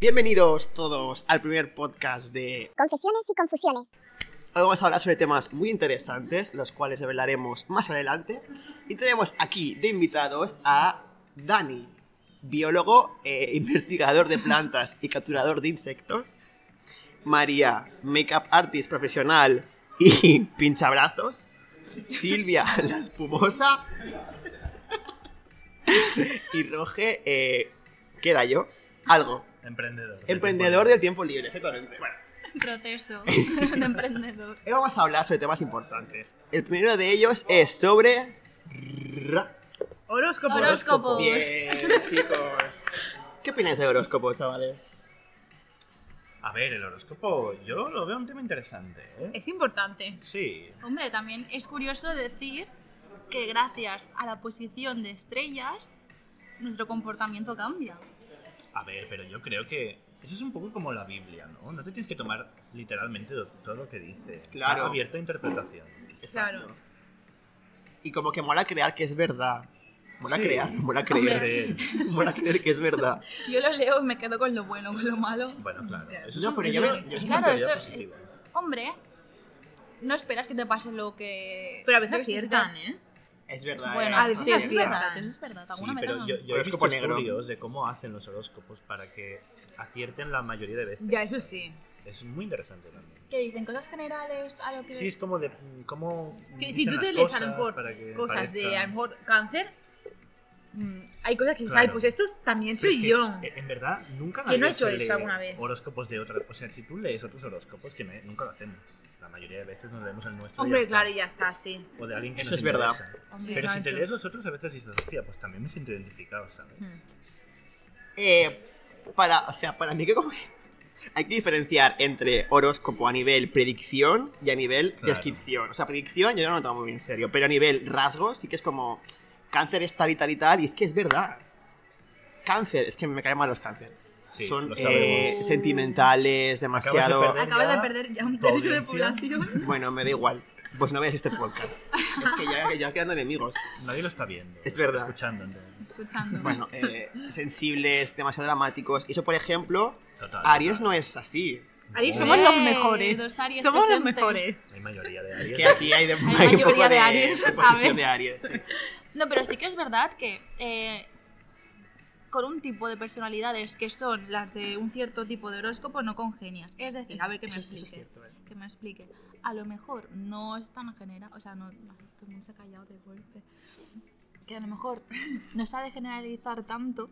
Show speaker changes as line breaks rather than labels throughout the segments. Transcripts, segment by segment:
Bienvenidos todos al primer podcast de...
Confesiones y confusiones.
Hoy vamos a hablar sobre temas muy interesantes, los cuales revelaremos más adelante. Y tenemos aquí de invitados a Dani, biólogo e investigador de plantas y capturador de insectos. María, make-up artist profesional y pinchabrazos. Silvia, la espumosa. y Roge, eh, ¿qué era yo? Algo.
Emprendedor.
Emprendedor del tiempo libre, exactamente. Bueno,
Proceso de emprendedor.
hoy vamos a hablar sobre temas importantes. El primero de ellos es sobre...
Horóscopo.
Horóscopos.
Bien, chicos. ¿Qué opináis de horóscopo, chavales?
A ver, el horóscopo, yo lo veo un tema interesante, ¿eh?
Es importante.
Sí.
Hombre, también es curioso decir que gracias a la posición de estrellas, nuestro comportamiento cambia.
A ver, pero yo creo que eso es un poco como la Biblia, ¿no? No te tienes que tomar literalmente do- todo lo que dice.
Claro.
Está abierto a interpretación.
Exacto.
Claro.
Y como que mola crear que es verdad. Mola
Sí.
crear, mola creer.
Creer.
Mola creer que es verdad.
Yo lo leo y me quedo con lo bueno, con lo malo.
Bueno, claro. Eso
No,
es,
pero
un-
yo
eso-
me- yo
eso es
claro,
una
eh,
teoría
eso-
positiva.
Hombre, no esperas que te pase lo que...
Pero a veces
lo que se-
aciertan, ¿eh?
Es verdad. ¿eh?
Bueno, ah,
A veces
sí, es
aciertan.
verdad, eso es verdad.
Sí,
Alguna me
pero
cagan.
yo, yo he
Horóscopo
visto
negro.
estudios de cómo hacen los horóscopos para que acierten la mayoría de veces.
Ya, eso sí.
Es muy interesante también.
¿Qué dicen? ¿Cosas generales a lo que...?
Sí, es como de... mm, Como
Que si tú te lees a lo mejor cosas de a lo mejor cáncer, mm, hay cosas que dices,
Claro.
ay, pues estos también
Pero
soy
es que,
yo.
eh, En verdad, nunca
Que no he
nadie
hecho
se
eso
lee
alguna vez.
Horóscopos de otra. O sea, si tú lees otros horóscopos, que no- nunca lo hacemos. La mayoría de veces nos leemos el nuestro. y ya
Hombre,
está.
claro, y ya está, sí.
O de alguien que
Eso
nos
es verdad.
interesa.
Hombre,
Pero si
Exacto.
te lees los otros, a veces dices, hostia, pues también me siento identificado, ¿sabes?
Mm.
Eh, para, o sea, para mí que como que Hay que diferenciar entre horóscopo a nivel predicción y a nivel
Claro.
descripción. O sea, predicción yo no lo tomo muy en serio, pero a nivel rasgos sí que es como cáncer es tal y tal y tal, y es que es verdad. Cáncer, es que me caen mal los cáncer.
Sí,
Son
lo
eh,
sabemos.
sentimentales, demasiado...
perder
Acabas de
ya
perder ya
tu
un tercio de
audiencia.
población.
Bueno, me da igual. Pues no veas este podcast. Es que ya, ya quedan enemigos.
Nadie lo está viendo.
Es verdad.
Escuchando,
Escuchando.
Bueno, eh, sensibles, demasiado dramáticos. Y eso, por ejemplo,
Total.
Aries
total.
no es así.
Aries
No.
somos los
Eh,
mejores.
dos Aries
somos los
presentes.
mejores.
Hay mayoría de Aries.
Es que aquí hay, de,
mayoría
hay un poco
de
de,
Aries,
de posición
¿sabes?
de Aries. sí.
No, pero sí que es verdad que eh, con un tipo de personalidades que son las de un cierto tipo de horóscopo no congenias. Es decir, a ver que me
Eso, eso es
explique.
cierto. ¿eh?
Que me explique. A lo mejor no es tan genera, o sea, no ay, todo el mundo se ha callado de golpe. Que a lo mejor no se ha de generalizar tanto.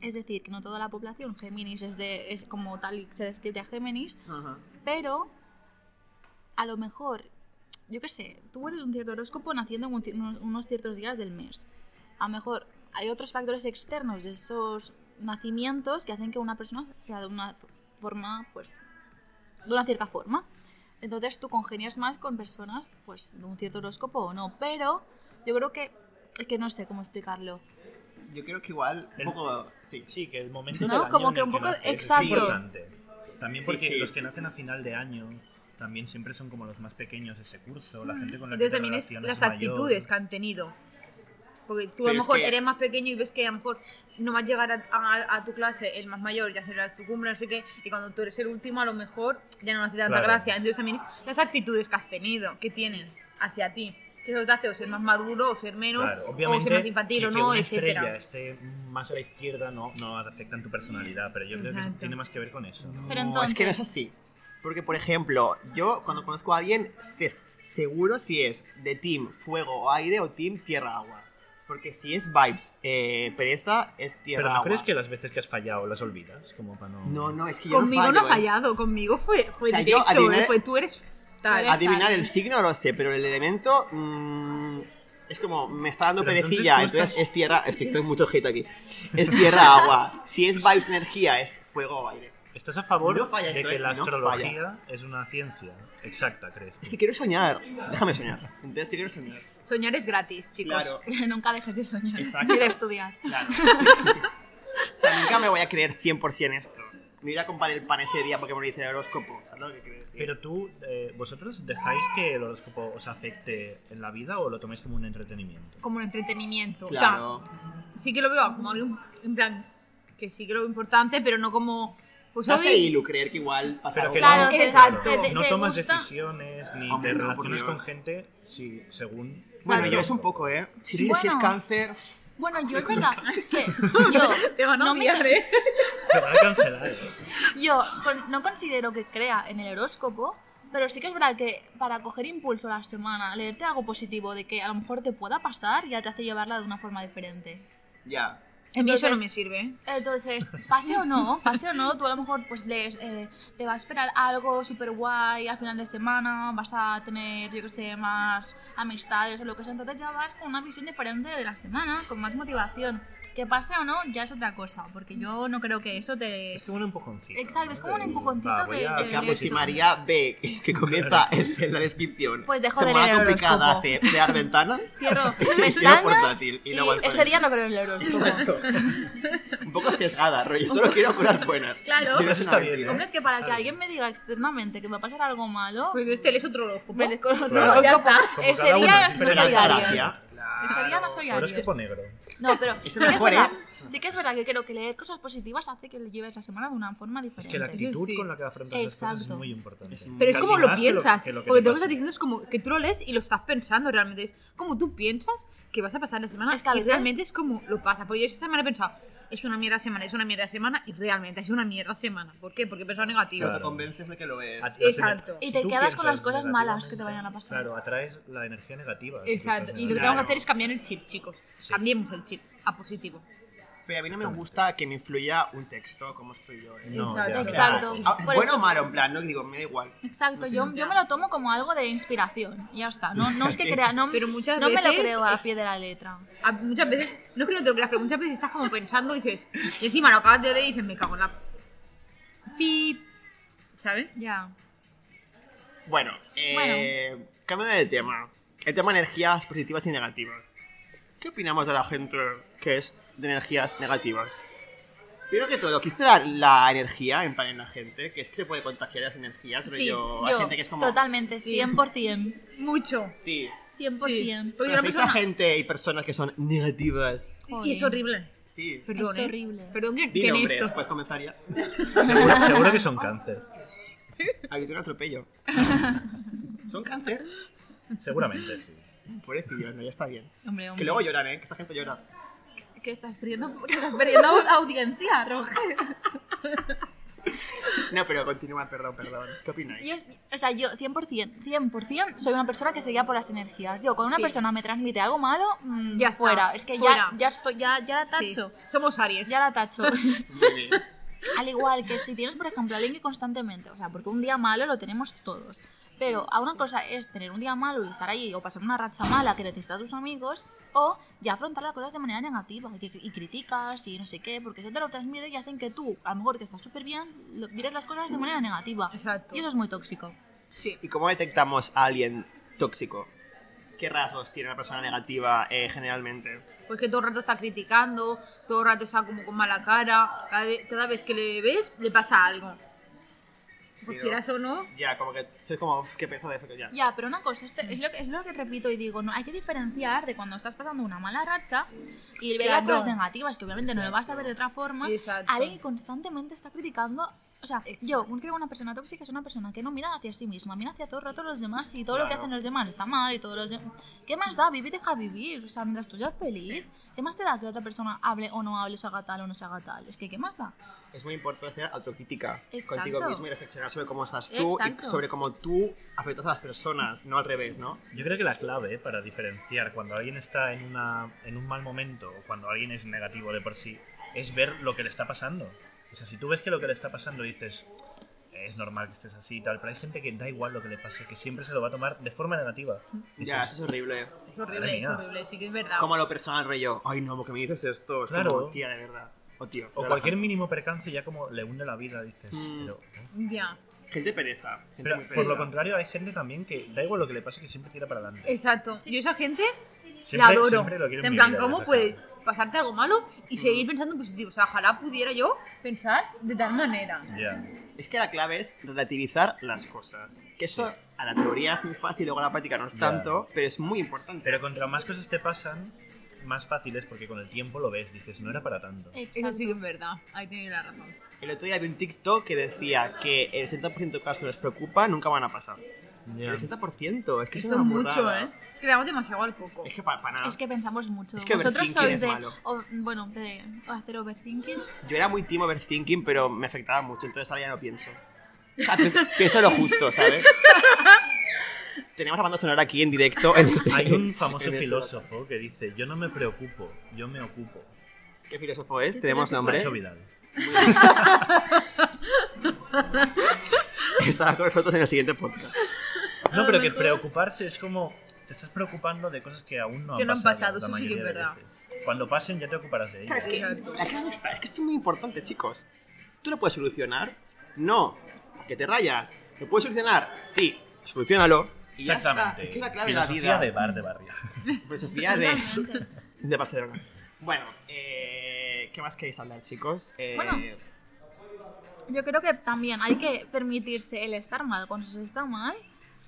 Es decir, que no toda la población Géminis es, de, es como tal y se describe a Géminis,
Ajá.
pero a lo mejor, yo qué sé, tú eres un cierto horóscopo naciendo en un ci- unos- unos ciertos días del mes. A lo mejor hay otros factores externos de esos nacimientos que hacen que una persona sea de una f- forma, pues, de una cierta forma. Entonces tú congenias más con personas, pues, de un cierto horóscopo o no. Pero yo creo que, es que no sé cómo explicarlo.
Yo creo que igual, un
El-
poco. Sí.
Sí, que el momento
¿No?
del año
Como
en
que
el
un poco-
naces
exacto.
es importante. También
Sí,
porque
sí.
los que nacen a final de año también siempre son como los más pequeños de ese curso, la gente con la
Entonces
que te
también es
relacionas
las
mayor.
actitudes que han tenido. Porque tú
Pero
a
es
lo mejor
que-
eres más pequeño y ves que a lo mejor no vas a llegar a, a- a tu clase el más mayor y hacer tu cumple, no sé qué, y cuando tú eres el último a lo mejor ya no hace tanta
Claro.
gracia. Entonces también es las actitudes que has tenido, que tienen hacia ti. Que eso te hace o ser más maduro, o ser menos,
Claro,
o
obviamente
ser más infantil
que,
o
que
no,
una estrella
etcétera.
esté más a la izquierda no, no afecta en tu personalidad, pero yo creo que
Exacto.
tiene más que ver con eso. ¿no?
Pero
No, es que no es
entonces-
así. Porque, por ejemplo, yo cuando conozco a alguien, sé seguro si es de team fuego o aire o team tierra-agua. Porque si es vibes eh, pereza, es
Pero
tierra-agua.
¿no crees que las veces que has fallado las olvidas? Como para no...
No, no, es que yo
Conmigo
no fallo.
no ha
¿eh?
fallado, conmigo fue, fue
O sea, yo
directo,
adiviné-
eh, fue tú eres tal.
Tú eres-
Adivinar el
Exacto.
signo lo sé, pero el elemento mm, es como me está dando
Pero entonces,
perecilla,
¿cómo
entonces,
estás?
es tierra, estoy haciendo mucho hate aquí. Es tierra agua. Si es vibes energía es fuego o aire.
¿Estás a favor
No falla
de
eso,
que
¿eh?
la
No
astrología es una ciencia exacta, crees? tú?
Es que quiero soñar, déjame soñar. Entonces sí quiero soñar.
Soñar es gratis, chicos.
Nunca dejes de soñar
Exacto.
y de estudiar.
claro. o sea, nunca me voy a creer 100% esto. No iré a comprar el pan ese día porque me lo dice el horóscopo. ¿Sabes lo que quiero decir?
Pero tú, eh, ¿vosotros dejáis que el horóscopo os afecte en la vida o lo tomáis como un entretenimiento?
Como un entretenimiento. O sea,
claro.
sí que lo veo como algo en plan que sí que lo veo importante, pero no como Pues
hace
hoy-
ilu creer que igual pasa
Pero
algo.
que
Claro,
no,
te-
exacto.
te- te-
no
te
tomas
gusta-
decisiones ni
Hombre,
te
no, por
relacionas
Dios.
con gente si, según.
Bueno,
Pero-
yo es un poco, ¿eh? Si,
Sí.
es- si es
Bueno.
cáncer,
Bueno, yo es verdad que yo,
Te ganó
No
no,
me
mierda, ¿eh?
Te van a cancelar, ¿eh?
yo con- no considero que crea en el horóscopo, pero sí que es verdad que para coger impulso a la semana, leerte algo positivo de que a lo mejor te pueda pasar, ya te hace llevarla de una forma diferente.
ya.
A mí eso no
Entonces-
me sirve. ¿eh?
Entonces, pase o no, pase o no, tú a lo mejor pues lees, eh, te va a esperar algo súper guay al final de semana, vas a tener, yo que sé, más amistades o lo que sea, entonces ya vas con una visión diferente de la semana, con más motivación. Que pase o no, ya es otra cosa, porque yo no creo que eso te...
Es como un empujoncito.
Exacto,
¿no?
es como un
Del,
empujoncito
va, voy
de-
a-
de-
O
de-
sea, pues si María ve que- que comienza en, en la descripción
Pues dejo de
semana
leer el
complicada,
horóscopo.
se, se abre ventana,
Cierro
tiro
pestaña
portátil y
y
no vuelvo a
este
leer.
día no creo en el horóscopo.
Exacto. Un poco sesgada, rollo. Solo quiero curar buenas.
Claro.
Si no es
Eso
una
está bien,
mentira.
¿eh?
Hombre, es que para que
Claro.
alguien me diga externamente que me va a pasar algo malo,
Pues este le es otro loco. ¿no?
merezco otro
Claro.
Ya
horóscopo.
está.
Como
Este
cada uno,
día no
siempre
Pero
soy
la
Aries.
gracia.
Ese día no soy
Pero es
Aries.
que pone negro.
No, pero
Es
sí, que es
mejor,
verdad,
¿eh?
sí que es verdad que creo que leer cosas positivas hace que le lleves la semana de una forma diferente.
Es que la actitud
sí.
con la que afrontas las cosas es
Exacto.
muy importante.
Es muy-
Pero es
Casi
como lo
más que
piensas.
que lo que
porque
te
todo
pasa.
lo que estás diciendo es como que tú lo lees y lo estás pensando realmente. Es como tú piensas que vas a pasar la semana.
Es que a
y
veces-
realmente es como lo pasa. Porque yo esta semana he pensado, es una mierda semana, es una mierda semana. Y realmente es una mierda semana. ¿Por qué? Porque he pensado negativo.
Pero te
Claro.
convences de que lo es.
Atraes
Exacto.
ener-
Y te
tú
quedas
piensas
con las cosas malas que te
negativamente,
vayan a pasar.
Claro, atraes la energía negativa. si tú
Exacto.
estás
Y lo que
negativa.
vamos a hacer es cambiar el chip, chicos.
Sí.
Cambiemos el chip a positivo.
Pero a mí no me gusta que me influya un texto como estoy yo. ¿eh?
No,
Exacto.
ya.
Exacto.
Ah,
Por
bueno
eso-
o malo, en plan, no digo, me da igual.
Exacto, yo, yo me lo tomo como algo de inspiración. y Ya está. No, no es que crea, no,
Pero muchas
no me lo
veces
creo a
es-
pie de la letra.
A- Muchas veces, no es que no te lo creas, pero muchas veces estás como pensando y dices, y encima lo acabas de leer y dices, me cago en la. Pip. ¿Sabes?
Ya.
Bueno, eh, cambio de tema. El tema de energías positivas y negativas. ¿Qué opinamos de la gente que es de energías negativas? Primero que todo, ¿quiste dar la energía en plan en la gente? Que es que se puede contagiar las energías, pero
Sí,
yo,
yo,
hay gente que es como...
totalmente, 100%.
Mucho.
Sí.
100%.
Porque una
Conocéis a
persona.
gente y personas que son negativas.
Joder.
Y es horrible.
Sí.
Perdón,
Es
¿eh?
horrible.
Perdón, ¿quién,
Di
quién es
nombres,
esto?
pues comenzaría.
Seguro, seguro que son cáncer.
Ha habido un atropello. ¿Son cáncer?
Seguramente sí.
Pobrecillos, no, ya está bien.
Hombre, hombre.
Que luego lloran, ¿eh? Que esta gente llora.
Que estás perdiendo, que estás perdiendo au- audiencia, Roger.
No, pero continúa, perdón, perdón. ¿Qué opináis?
Yo, o sea, yo 100%, 100% soy una persona que se guía por las energías. Yo, cuando una
Sí.
persona me transmite algo malo, mm,
Ya está,
fuera. Es que
fuera.
ya, ya estoy, ya, ya la
Sí.
tacho.
Somos Aries.
Ya la tacho.
Muy bien.
Al igual que si tienes, por ejemplo, a alguien que constantemente, o sea, porque un día malo lo tenemos todos. Pero a una cosa es tener un día malo y estar ahí o pasar una racha mala que necesitas a tus amigos, o ya afrontar las cosas de manera negativa y, que- y criticas y no sé qué, porque eso te lo transmite y hacen que tú, a lo mejor que estás súper bien, lo- dirás las cosas de manera negativa.
Exacto.
Y eso es muy tóxico.
Sí.
¿Y cómo detectamos a alguien tóxico? ¿Qué rasgos tiene una persona negativa eh, generalmente?
Pues que todo el rato está criticando, todo el rato está como con mala cara. Cada vez, cada vez que le ves, le pasa algo.
Sí,
Pues
¿no?
quieras o no.
Ya, como que sois como, "Uf, qué pesado eso que ya.
Ya, pero una cosa, este- es, lo que, es lo que repito y digo, no, hay que diferenciar de cuando estás pasando una mala racha y ver las
Claro.
cosas negativas, que obviamente no lo vas a ver de otra forma,
Exacto.
alguien que constantemente está criticando. O sea, yo creo que una persona tóxica es una persona que no mira hacia sí misma, mira hacia todo el rato los demás y todo lo que
Claro.
hacen los demás está mal y todos los demás. ¿Qué más da? Vive y deja vivir. O sea, mientras tú seas feliz, ¿qué más te da que otra persona hable o no hable, se haga tal o no se haga tal? Es que, ¿qué más da?
Es muy importante hacer autocrítica
Exacto.
contigo mismo y reflexionar sobre cómo estás tú
Exacto.
y sobre cómo tú afectas a las personas, no al revés, ¿no?
Yo creo que la clave para diferenciar cuando alguien está en, una, en un mal momento o cuando alguien es negativo de por sí es ver lo que le está pasando. O sea, si tú ves que lo que le está pasando dices es normal que estés así y tal, pero hay gente que da igual lo que le pase, que siempre se lo va a tomar de forma negativa.
Ya,
Dices,
eso es horrible.
Es
Madre
horrible, es
mía.
horrible. Sí que es verdad.
Como lo personal, rollo. Ay, no, porque me dices esto. Es
Claro.
como, tía, de verdad. O tío.
o
relaja.
cualquier mínimo percance ya como le hunde la vida, dices.
Mm.
Pero, uf.
Ya.
Gente pereza. Gente
Pero,
muy
por lo
pereza.
contrario, hay gente también que da igual lo que le pase, que siempre tira para adelante.
Exacto. Yo esa gente
Siempre-
Eh, la adoro.
siempre lo quiero en
en
mi
plan,
vida,
¿cómo
esa
puedes pasarte algo malo y seguir pensando en positivo? O sea, ojalá pudiera yo pensar de tal manera.
Ya.
Es que la clave es relativizar las cosas. Que eso a la teoría es muy fácil, luego a la práctica no es tanto, pero es muy importante.
Pero contra más cosas te pasan, más fáciles porque con el tiempo lo ves, dices, no era para tanto.
Exacto.
Eso sí que es verdad. Ahí tiene la razón.
El otro día vi un TikTok que decía que el 80% de cosas que les preocupa nunca van a pasar.
Ya.
El 80%, es que es
Eso
una
es mucho,
burrada.
¿eh? Que le damos demasiado al coco.
Es que para nada.
Es que pensamos mucho.
Es que
Vosotros
overthinking
sois
es
de.
malo.
o- bueno, de hacer overthinking.
Yo era muy team overthinking, pero me afectaba mucho, entonces ahora ya no pienso. O sea, pi- pienso lo justo, ¿sabes? Tenemos la banda sonora aquí en directo. en este-
Hay un famoso
en este-
filósofo que dice, yo no me preocupo, yo me ocupo.
¿Qué filósofo es?
¿Qué
Tenemos
filósofo
nombre.
Pancho Vidal.
Estará con nosotros en el siguiente podcast.
No,
lo
pero que
mejor-
preocuparse es como, te estás preocupando de cosas que aún no han
Que no han pasado,
la
eso sí que es
mayoría de
verdad.
veces. Cuando pasen ya te ocuparás de ellas.
Claro, es que
Exacto.
la clave está, es que esto es muy importante, chicos. ¿Tú lo puedes solucionar? No. Que te rayas. ¿Lo puedes solucionar? Sí. Solucionánalo. Y ya está.
Exactamente.
Es que es la clave de la
Filosofía
vida.
de bar de barrio.
Filosofía de,
Totalmente.
de Barcelona. Bueno, eh, ¿qué más queréis hablar, chicos? Eh,
Bueno. Yo creo que también hay que permitirse el estar mal cuando se está mal.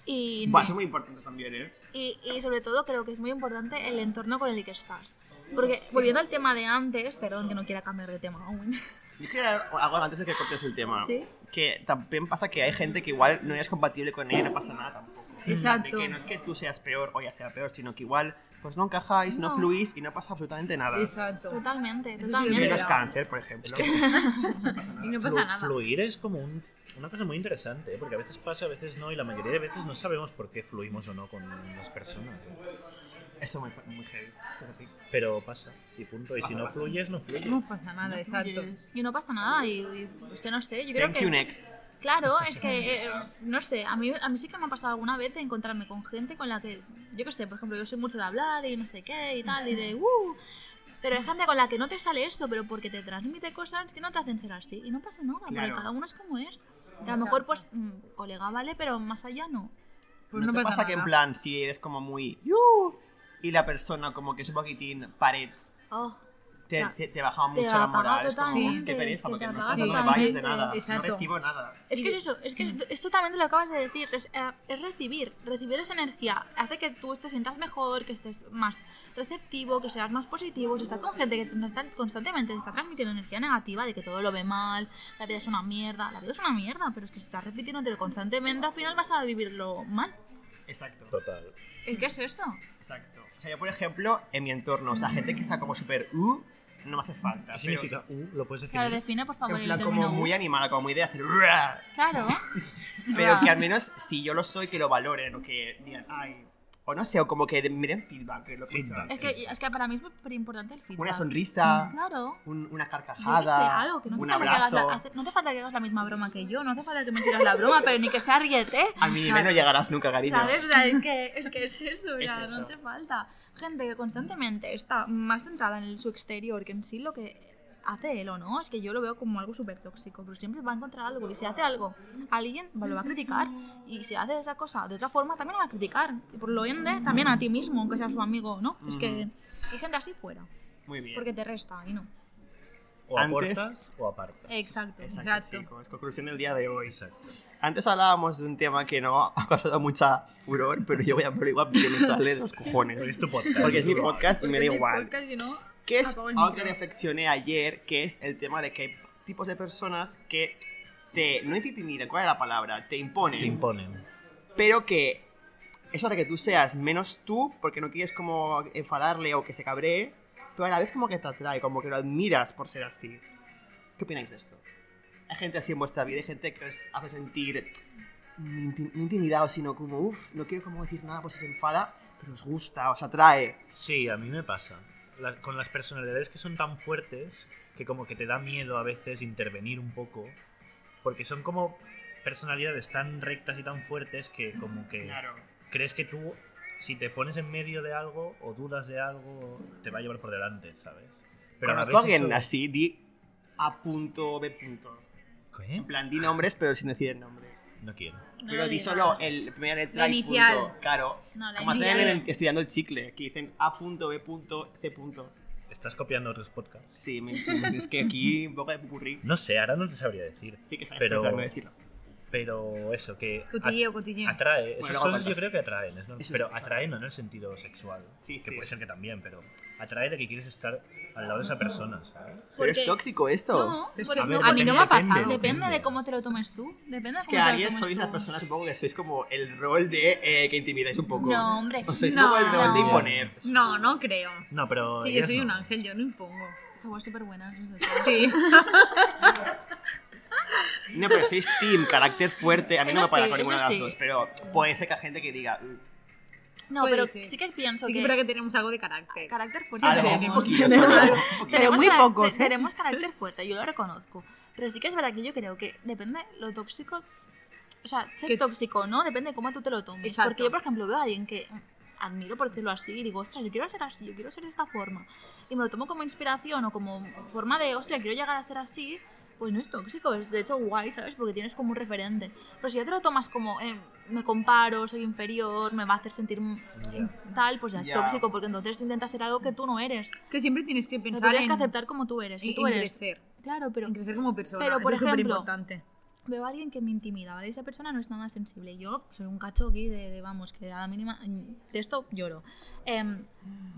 Y,
buah, eso es muy importante también, ¿eh?
y, y sobre todo creo que es muy importante el entorno con el que estás. Porque volviendo al tema de antes, perdón que no quiera cambiar de tema aún.
Yo quería hablar algo antes de que cortes el tema.
Sí.
Que también pasa que hay gente que igual no eres compatible con ella y no pasa nada tampoco.
Exacto.
De que no es que tú seas peor o ella sea peor, sino que igual pues no encajáis, no,
No.
fluís y no pasa absolutamente nada.
Exacto.
Totalmente,
Eso sí
totalmente.
Menos
Mira.
cáncer, por ejemplo.
Y no
Flu-
pasa nada.
Fluir es como un- una cosa muy interesante, ¿eh? porque a veces pasa, a veces no, y la mayoría de veces no sabemos por qué fluimos o no con las personas. ¿eh?
Eso es muy, muy heavy. Eso es así.
Pero pasa, y punto. Y si
Pasa,
no
pasa.
fluyes, no fluyes.
No pasa nada, exacto.
Y no pasa nada, y, y es que no sé, yo creo
Thank
que...
you next.
Claro, es que, eh, no sé, a mí, a mí sí que me ha pasado alguna vez de encontrarme con gente con la que, yo qué sé, por ejemplo, yo soy mucho de hablar y no sé qué y tal, y de, uh, pero hay gente con la que no te sale eso, pero porque te transmite cosas que no te hacen ser así, y no pasa nada, porque
Claro.
cada uno es como es. Que a lo mejor, pues, mm, colega vale, pero más allá no.
Pues
¿No,
no
te
pasa
pasa, que en
nada.
plan si eres como muy "Yuh", y la persona como que es un poquitín pared
Oh,
te,
Ya.
te, te bajaba
Te
mucho la
apaga
moral. Es como,
totalmente,
"Uf, qué
es
pereza,
que
porque
te
no
apaga
estás dando vibes de
totalmente,
nada. No
exacto.
recibo nada.
Es que es eso, es que es, es totalmente lo que acabas de decir, es, eh, es recibir, recibir esa energía, hace que tú te sientas mejor, que estés más receptivo, que seas más positivo, si estás con gente que te está- constantemente te está transmitiendo energía negativa, de que todo lo ve mal, la vida es una mierda, la vida es una mierda, pero es que si estás repitiéndotelo constantemente, al final vas a vivirlo mal.
Exacto.
Total.
¿Y qué es eso?
Exacto. O sea, yo, por ejemplo, en mi entorno, o sea, gente que está como súper uh, no me hace falta.
¿Qué
pero
significa U? ¿Lo puedes
Claro,
definir?
define por favor
En plan,
el
como
término.
muy animada, como muy de hacer "Ruah",
Claro,
Pero que al menos, si yo lo soy, que lo valoren o que digan, ay. O no sé, o como que me den feedback. Que lo escuchan.
Feedback.
es que, es que para mí es súper importante el feedback.
Una sonrisa,
Claro.
un- una
Yo qué
carcajada,
sé, algo, que no te
un
falta que hagas
abrazo.
la, hace- no te falta que hagas la misma broma que yo, no hace falta que me tiras la broma, pero ni que sea riete.
A mi nivel no llegarás nunca, cariño.
¿Sabes? O sea, es, que, es que es eso, o
Es
sea,
eso.
no te falta. Gente que constantemente está más centrada en el- su exterior que en sí lo que hace él o no, es que yo lo veo como algo súper tóxico, pero siempre va a encontrar algo. Y si hace algo, alguien lo va a criticar. Y si hace esa cosa de otra forma, también lo va a criticar. Y por lo ende, también a ti mismo, aunque sea su amigo, ¿no? Es que hay gente así fuera,
Muy Mm. bien.
porque te resta y no.
O
Antes-
aportas o apartas.
Exacto.
Exacto,
Exacto.
chicos. Conclusión del día de hoy.
Exacto.
Antes hablábamos de un tema que no ha causado mucha furor, pero yo voy a poner igual porque me sale de los
Porque es
cojones.
tu podcast.
Porque es mi
tú lo haces.
podcast y me da
Porque en el
pues,
igual.
podcast, si no,
Que es
apago el
algo que
micro.
reflexioné ayer, que es el tema de que hay tipos de personas que te, no te intimidan, ¿cuál es la palabra? Te imponen,
Te imponen.
pero que eso hace que tú seas menos tú porque no quieres como enfadarle o que se cabree, pero a la vez como que te atrae, como que lo admiras por ser así. ¿Qué opináis de esto? Hay gente así en vuestra vida, hay gente que os hace sentir no inti- no intimidado, sino como, uff, no quiero como decir nada, pues se enfada, pero os gusta, os atrae.
Sí, a mí me pasa. La- con las personalidades que son tan fuertes que como que te da miedo a veces intervenir un poco. Porque son como personalidades tan rectas y tan fuertes que como que crees que tú, si te pones en medio de algo o dudas de algo, te va a llevar por delante, ¿sabes? a la
Conozco a
vez
alguien
eso-
así, di A punto B punto.
¿Qué?
En plan, di nombres, pero sin decir el nombre.
No quiero.
No
pero
lo
di
digas.
solo eh, el primera letra
La
y
inicial.
punto. Claro.
No, la
Como hacen
inicial.
en el- estirando el chicle, que dicen A punto B punto C punto.
¿Estás copiando otros podcasts?
Sí, me, es que aquí un poco de pupurrí.
No sé, ahora no te sabría decir.
Sí que sabes
Pero-
pero... tratarme de decirlo.
Pero eso, que at-
Cotilleo, cotilleo.
atrae. Esas
Bueno, luego
cosas yo
cuentas.
creo que atraen. es normal.
Eso es
pero
normal.
atrae no en el sentido sexual.
Sí,
que
sí.
puede ser que también, pero atrae de que quieres estar al lado de esa persona,
Pero
¿sabes?
es
Porque-
tóxico esto.
No,
Es
porque
que-
no,
a mí no me ha
depende,
pasado.
Depende de cómo te lo tomes tú. Depende de
Es
cómo
que
te lo
Aries
tomes
sois
tú.
las personas, supongo que sois como el rol de eh, que intimidáis un poco.
No, hombre.
O sois
No.
como el rol de
No.
imponer.
No, no creo.
No, pero.
Sí, yo
ellas
soy
no.
un ángel, yo no impongo.
Somos súper buenas.
Pues Sí.
No, pero sois team, carácter fuerte. A mí no me
Eso
para
sí,
con ninguna de
eso
las
sí.
dos, pero puede ser que haya gente que diga. "Mm,
No,
Puede
pero
ser.
sí que pienso
Sí que
que
es verdad que tenemos algo de carácter.
carácter fuerte
algo, un
tenemos.
poquillo,
Tenemos-
solo, un poquillo".
Pero muy
cara-
pocos,
te-
¿eh?
Tenemos carácter fuerte, yo lo reconozco. Pero sí que es verdad que yo creo que depende lo tóxico. O sea, ser
Que-
tóxico o no, depende de cómo tú te lo tomes.
Exacto.
Porque yo, por ejemplo, veo a alguien que mm, admiro por decirlo así y digo, ostras, yo quiero ser así, yo quiero ser de esta forma. Y me lo tomo como inspiración o como forma de, ostras, quiero llegar a ser así. Pues no es tóxico, es de hecho guay, ¿sabes? Porque tienes como un referente. Pero si ya te lo tomas como, eh, me comparo, soy inferior, me va a hacer sentir mm, tal, pues ya es
Ya.
tóxico, porque entonces intentas ser algo que tú no eres.
Que siempre tienes que
Pero
pensar
tienes
en,
que aceptar como tú eres, que
en-
tú
en
eres.
crecer.
Claro, pero
En crecer como persona.
Pero, por
Eso es
ejemplo,
superimportante.
veo a alguien que me intimida, ¿vale? Esa persona no es nada sensible. Yo soy un cacho aquí de, de, vamos, que a la mínima mm, de esto lloro. Em,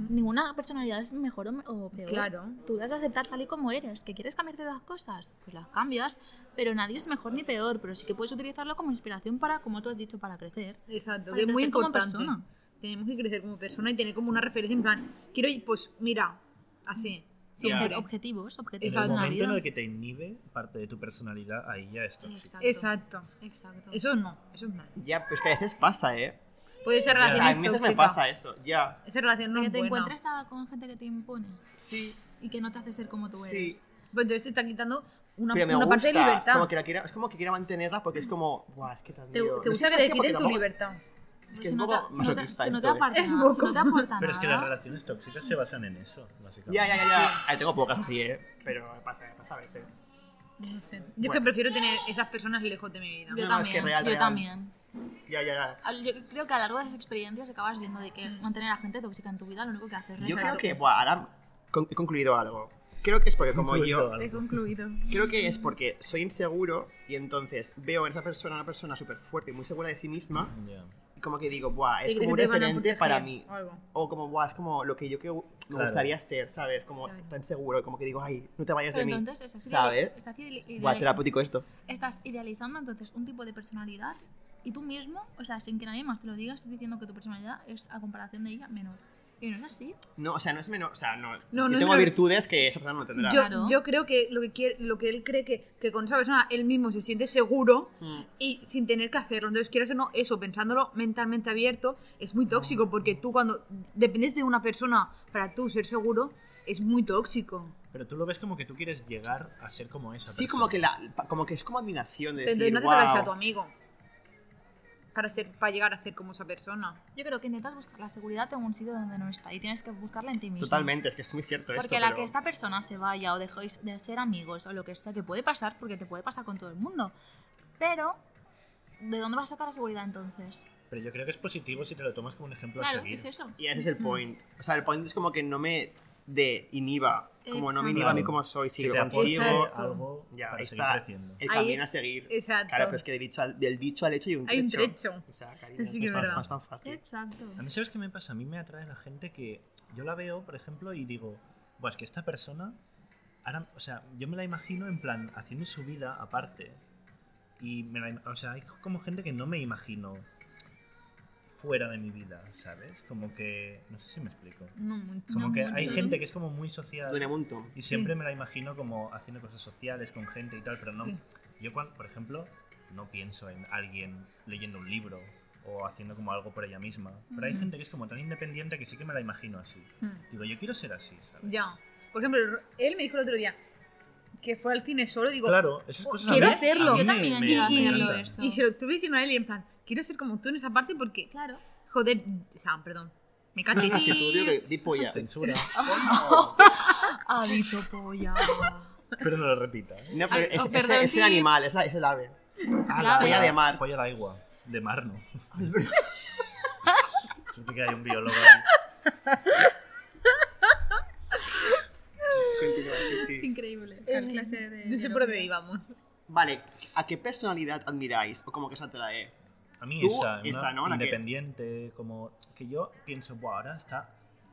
ninguna personalidad es mejor o, me- o peor.
Claro.
Tú debes aceptar tal y como eres. ¿Que quieres cambiarte las cosas? Pues las cambias, pero nadie es mejor ni peor. Pero sí que puedes utilizarlo como inspiración para, como tú has dicho, para crecer.
Exacto,
Para
que es muy
crecer como
importante.
persona.
Tenemos que crecer como persona y tener como una referencia en plan, quiero ir, pues mira, así.
Ya.
siempre.
Claro.
Objetivos,
En
objetivos
Exacto.
el
en la
momento en
vida.
el que te inhibe parte de tu personalidad, ahí ya es tóxico.
Exacto.
Exacto.
Exacto.
Eso no, eso es malo.
Ya, pues que a veces pasa, ¿eh?
Puede
Ya.
ser relación
a mí a veces me pasa eh. eso, ya.
Esa relación no
De que
es
te
buena.
encuentres a- con gente que te impone
Sí,
y que no te hace ser como tú
sí.
eres.
Pues entonces te está quitando una,
pero me
una
gusta.
parte de libertad.
Como que la quiero- es como que quiero mantenerla porque es como, guau, es que te
Te,
admiro".
te
No sé
gusta que
por
te
qué, porque
quiten tu
tampoco-
libertad.
Es
Pero
que
si
es un
no te-
poco
si no te-
masoquista
si no te
esto, ¿eh?
aparta
Es
nada, si no
poco.
te aparta
Pero es que
nada.
las relaciones tóxicas se basan en eso, básicamente.
Ya, ya, ya, ya. Ahí tengo pocas así, ¿eh? Pero me pasa, me pasa a veces.
No sé. Yo es
Bueno.
que prefiero tener esas personas lejos de mi vida.
No,
Yo
no, es
también,
que real,
yo
real.
también.
Ya, ya, ya.
Al- Yo creo que a lo largo de las experiencias acabas viendo de que mantener a gente tóxica en tu vida lo único que hace es
Mm. Yo creo
restar.
que, buah, ahora con- he concluido algo. Creo que es porque como
Incluido
yo...
algo.
He concluido.
Creo que es porque soy inseguro y entonces veo en esa persona una persona súper fuerte y muy segura de sí misma
Ya.
y como que digo, buah,
Te
es
crees
como
que
un
te van a
referente para
proteger
mí.
o algo.
O como, buah, es como lo que yo que me
Claro.
gustaría ser, ¿sabes? Como
Claro.
tan seguro, como que digo, ay, no te vayas
Pero
de mí.
entonces estás,
¿Sabes?
ideali- estás ideali-
Buah,
ideali-
terapéutico esto.
estás idealizando entonces un tipo de personalidad y tú mismo, o sea, sin que nadie más te lo diga, estás diciendo que tu personalidad es a comparación de ella menor. Y no es así.
No, o sea, no es menor, o sea, no.
no
yo
es
tengo
menor.
virtudes que esa persona no tendrá.
Yo,
Claro.
yo creo que lo que, quiere- lo que él cree que, que con esa persona él mismo se siente seguro
Mm.
y sin tener que hacerlo. Entonces, quieras o no, eso, pensándolo mentalmente abierto, es muy tóxico porque tú cuando dependes de una persona para tú ser seguro, es muy tóxico.
Pero tú lo ves como que tú quieres llegar a ser como esa
Sí,
persona.
como que, la, pa- como que es como admiración de
Entonces,
decir,
no te
"Guau".
hagas a tu amigo para, ser, para llegar a ser como esa persona.
Yo creo que intentas buscar la seguridad en un sitio donde no está y tienes que buscarla en ti mismo.
Totalmente, es que es muy cierto esto.
Porque a la
pero-
que esta persona se vaya o dejéis de ser amigos o lo que sea, que puede pasar, porque te puede pasar con todo el mundo. Pero, ¿de dónde vas a sacar la seguridad entonces?
Pero yo creo que es positivo si te lo tomas como un ejemplo a
Claro,
seguir.
es eso.
Y ese es el
Mm.
point. O sea, el point es como que no me de inhiba. Como no me inhiba a mí
Exacto.
como soy, si
Que
lo
te aporte
consigo.
Exacto.
algo
Ya,
para
ahí
seguir
está.
creciendo.
El
Ahí
camino a
es-
seguir.
Exacto.
Claro, pero es que del dicho al, del dicho al hecho hay un
Hay un
trecho.
trecho.
O sea, cariño,
Así
no
que
es tan-
verdad.
no es tan fácil.
Exacto.
A mí, ¿sabes qué me pasa? A mí me atrae la gente que yo la veo, por ejemplo, y digo, pues que esta persona, ahora, o sea, yo me la imagino en plan haciendo su vida aparte. Y me la im- o sea, hay como gente que no me imagino fuera de mi vida, ¿sabes? Como que, no sé si me explico.
No mucho.
Como
No
que hay
mucho.
gente que es como muy social.
Dune montón.
Y siempre me la imagino como haciendo cosas sociales con gente y tal, pero no.
Sí.
Yo, cuando, por ejemplo, no pienso en alguien leyendo un libro o haciendo como algo por ella misma. Pero hay
Ujú.
gente que es como tan independiente que sí que me la imagino así.
Hmm.
Digo, yo quiero ser así, ¿sabes?
Ya. Por ejemplo, él me dijo el otro día que fue al cine solo y digo,
Claro, esas cosas a
quiero
mí- a
hacerlo.
mí
Yo
me-
también
me
quiero
hacerlo,
encantan.
eso.
y se lo estuve diciendo a él y en plan, quiero ser como tú en esa parte porque,
Claro.
joder, o sea, perdón, me
Si te
cachis.
digo que di polla.
Censura.
Ah.
Ha dicho polla.
Pero no lo repita. ¿eh?
No, pero
Ay,
es,
oh,
es-
perdón,
es el
sí.
animal, es, la- es el ave.
Ah,
La
polla de mar.
Polla de agua. De mar, no.
Ah, Es verdad.
Siento que hay un biólogo ahí.
Continúa, sí, sí.
Increíble.
Eh, No sé por dónde íbamos.
Vale, ¿a qué personalidad admiráis o como que os atrae?
A mí
Tú,
esa, una
esa, ¿no? La que-
independiente, como que yo pienso, "Buah, ahora está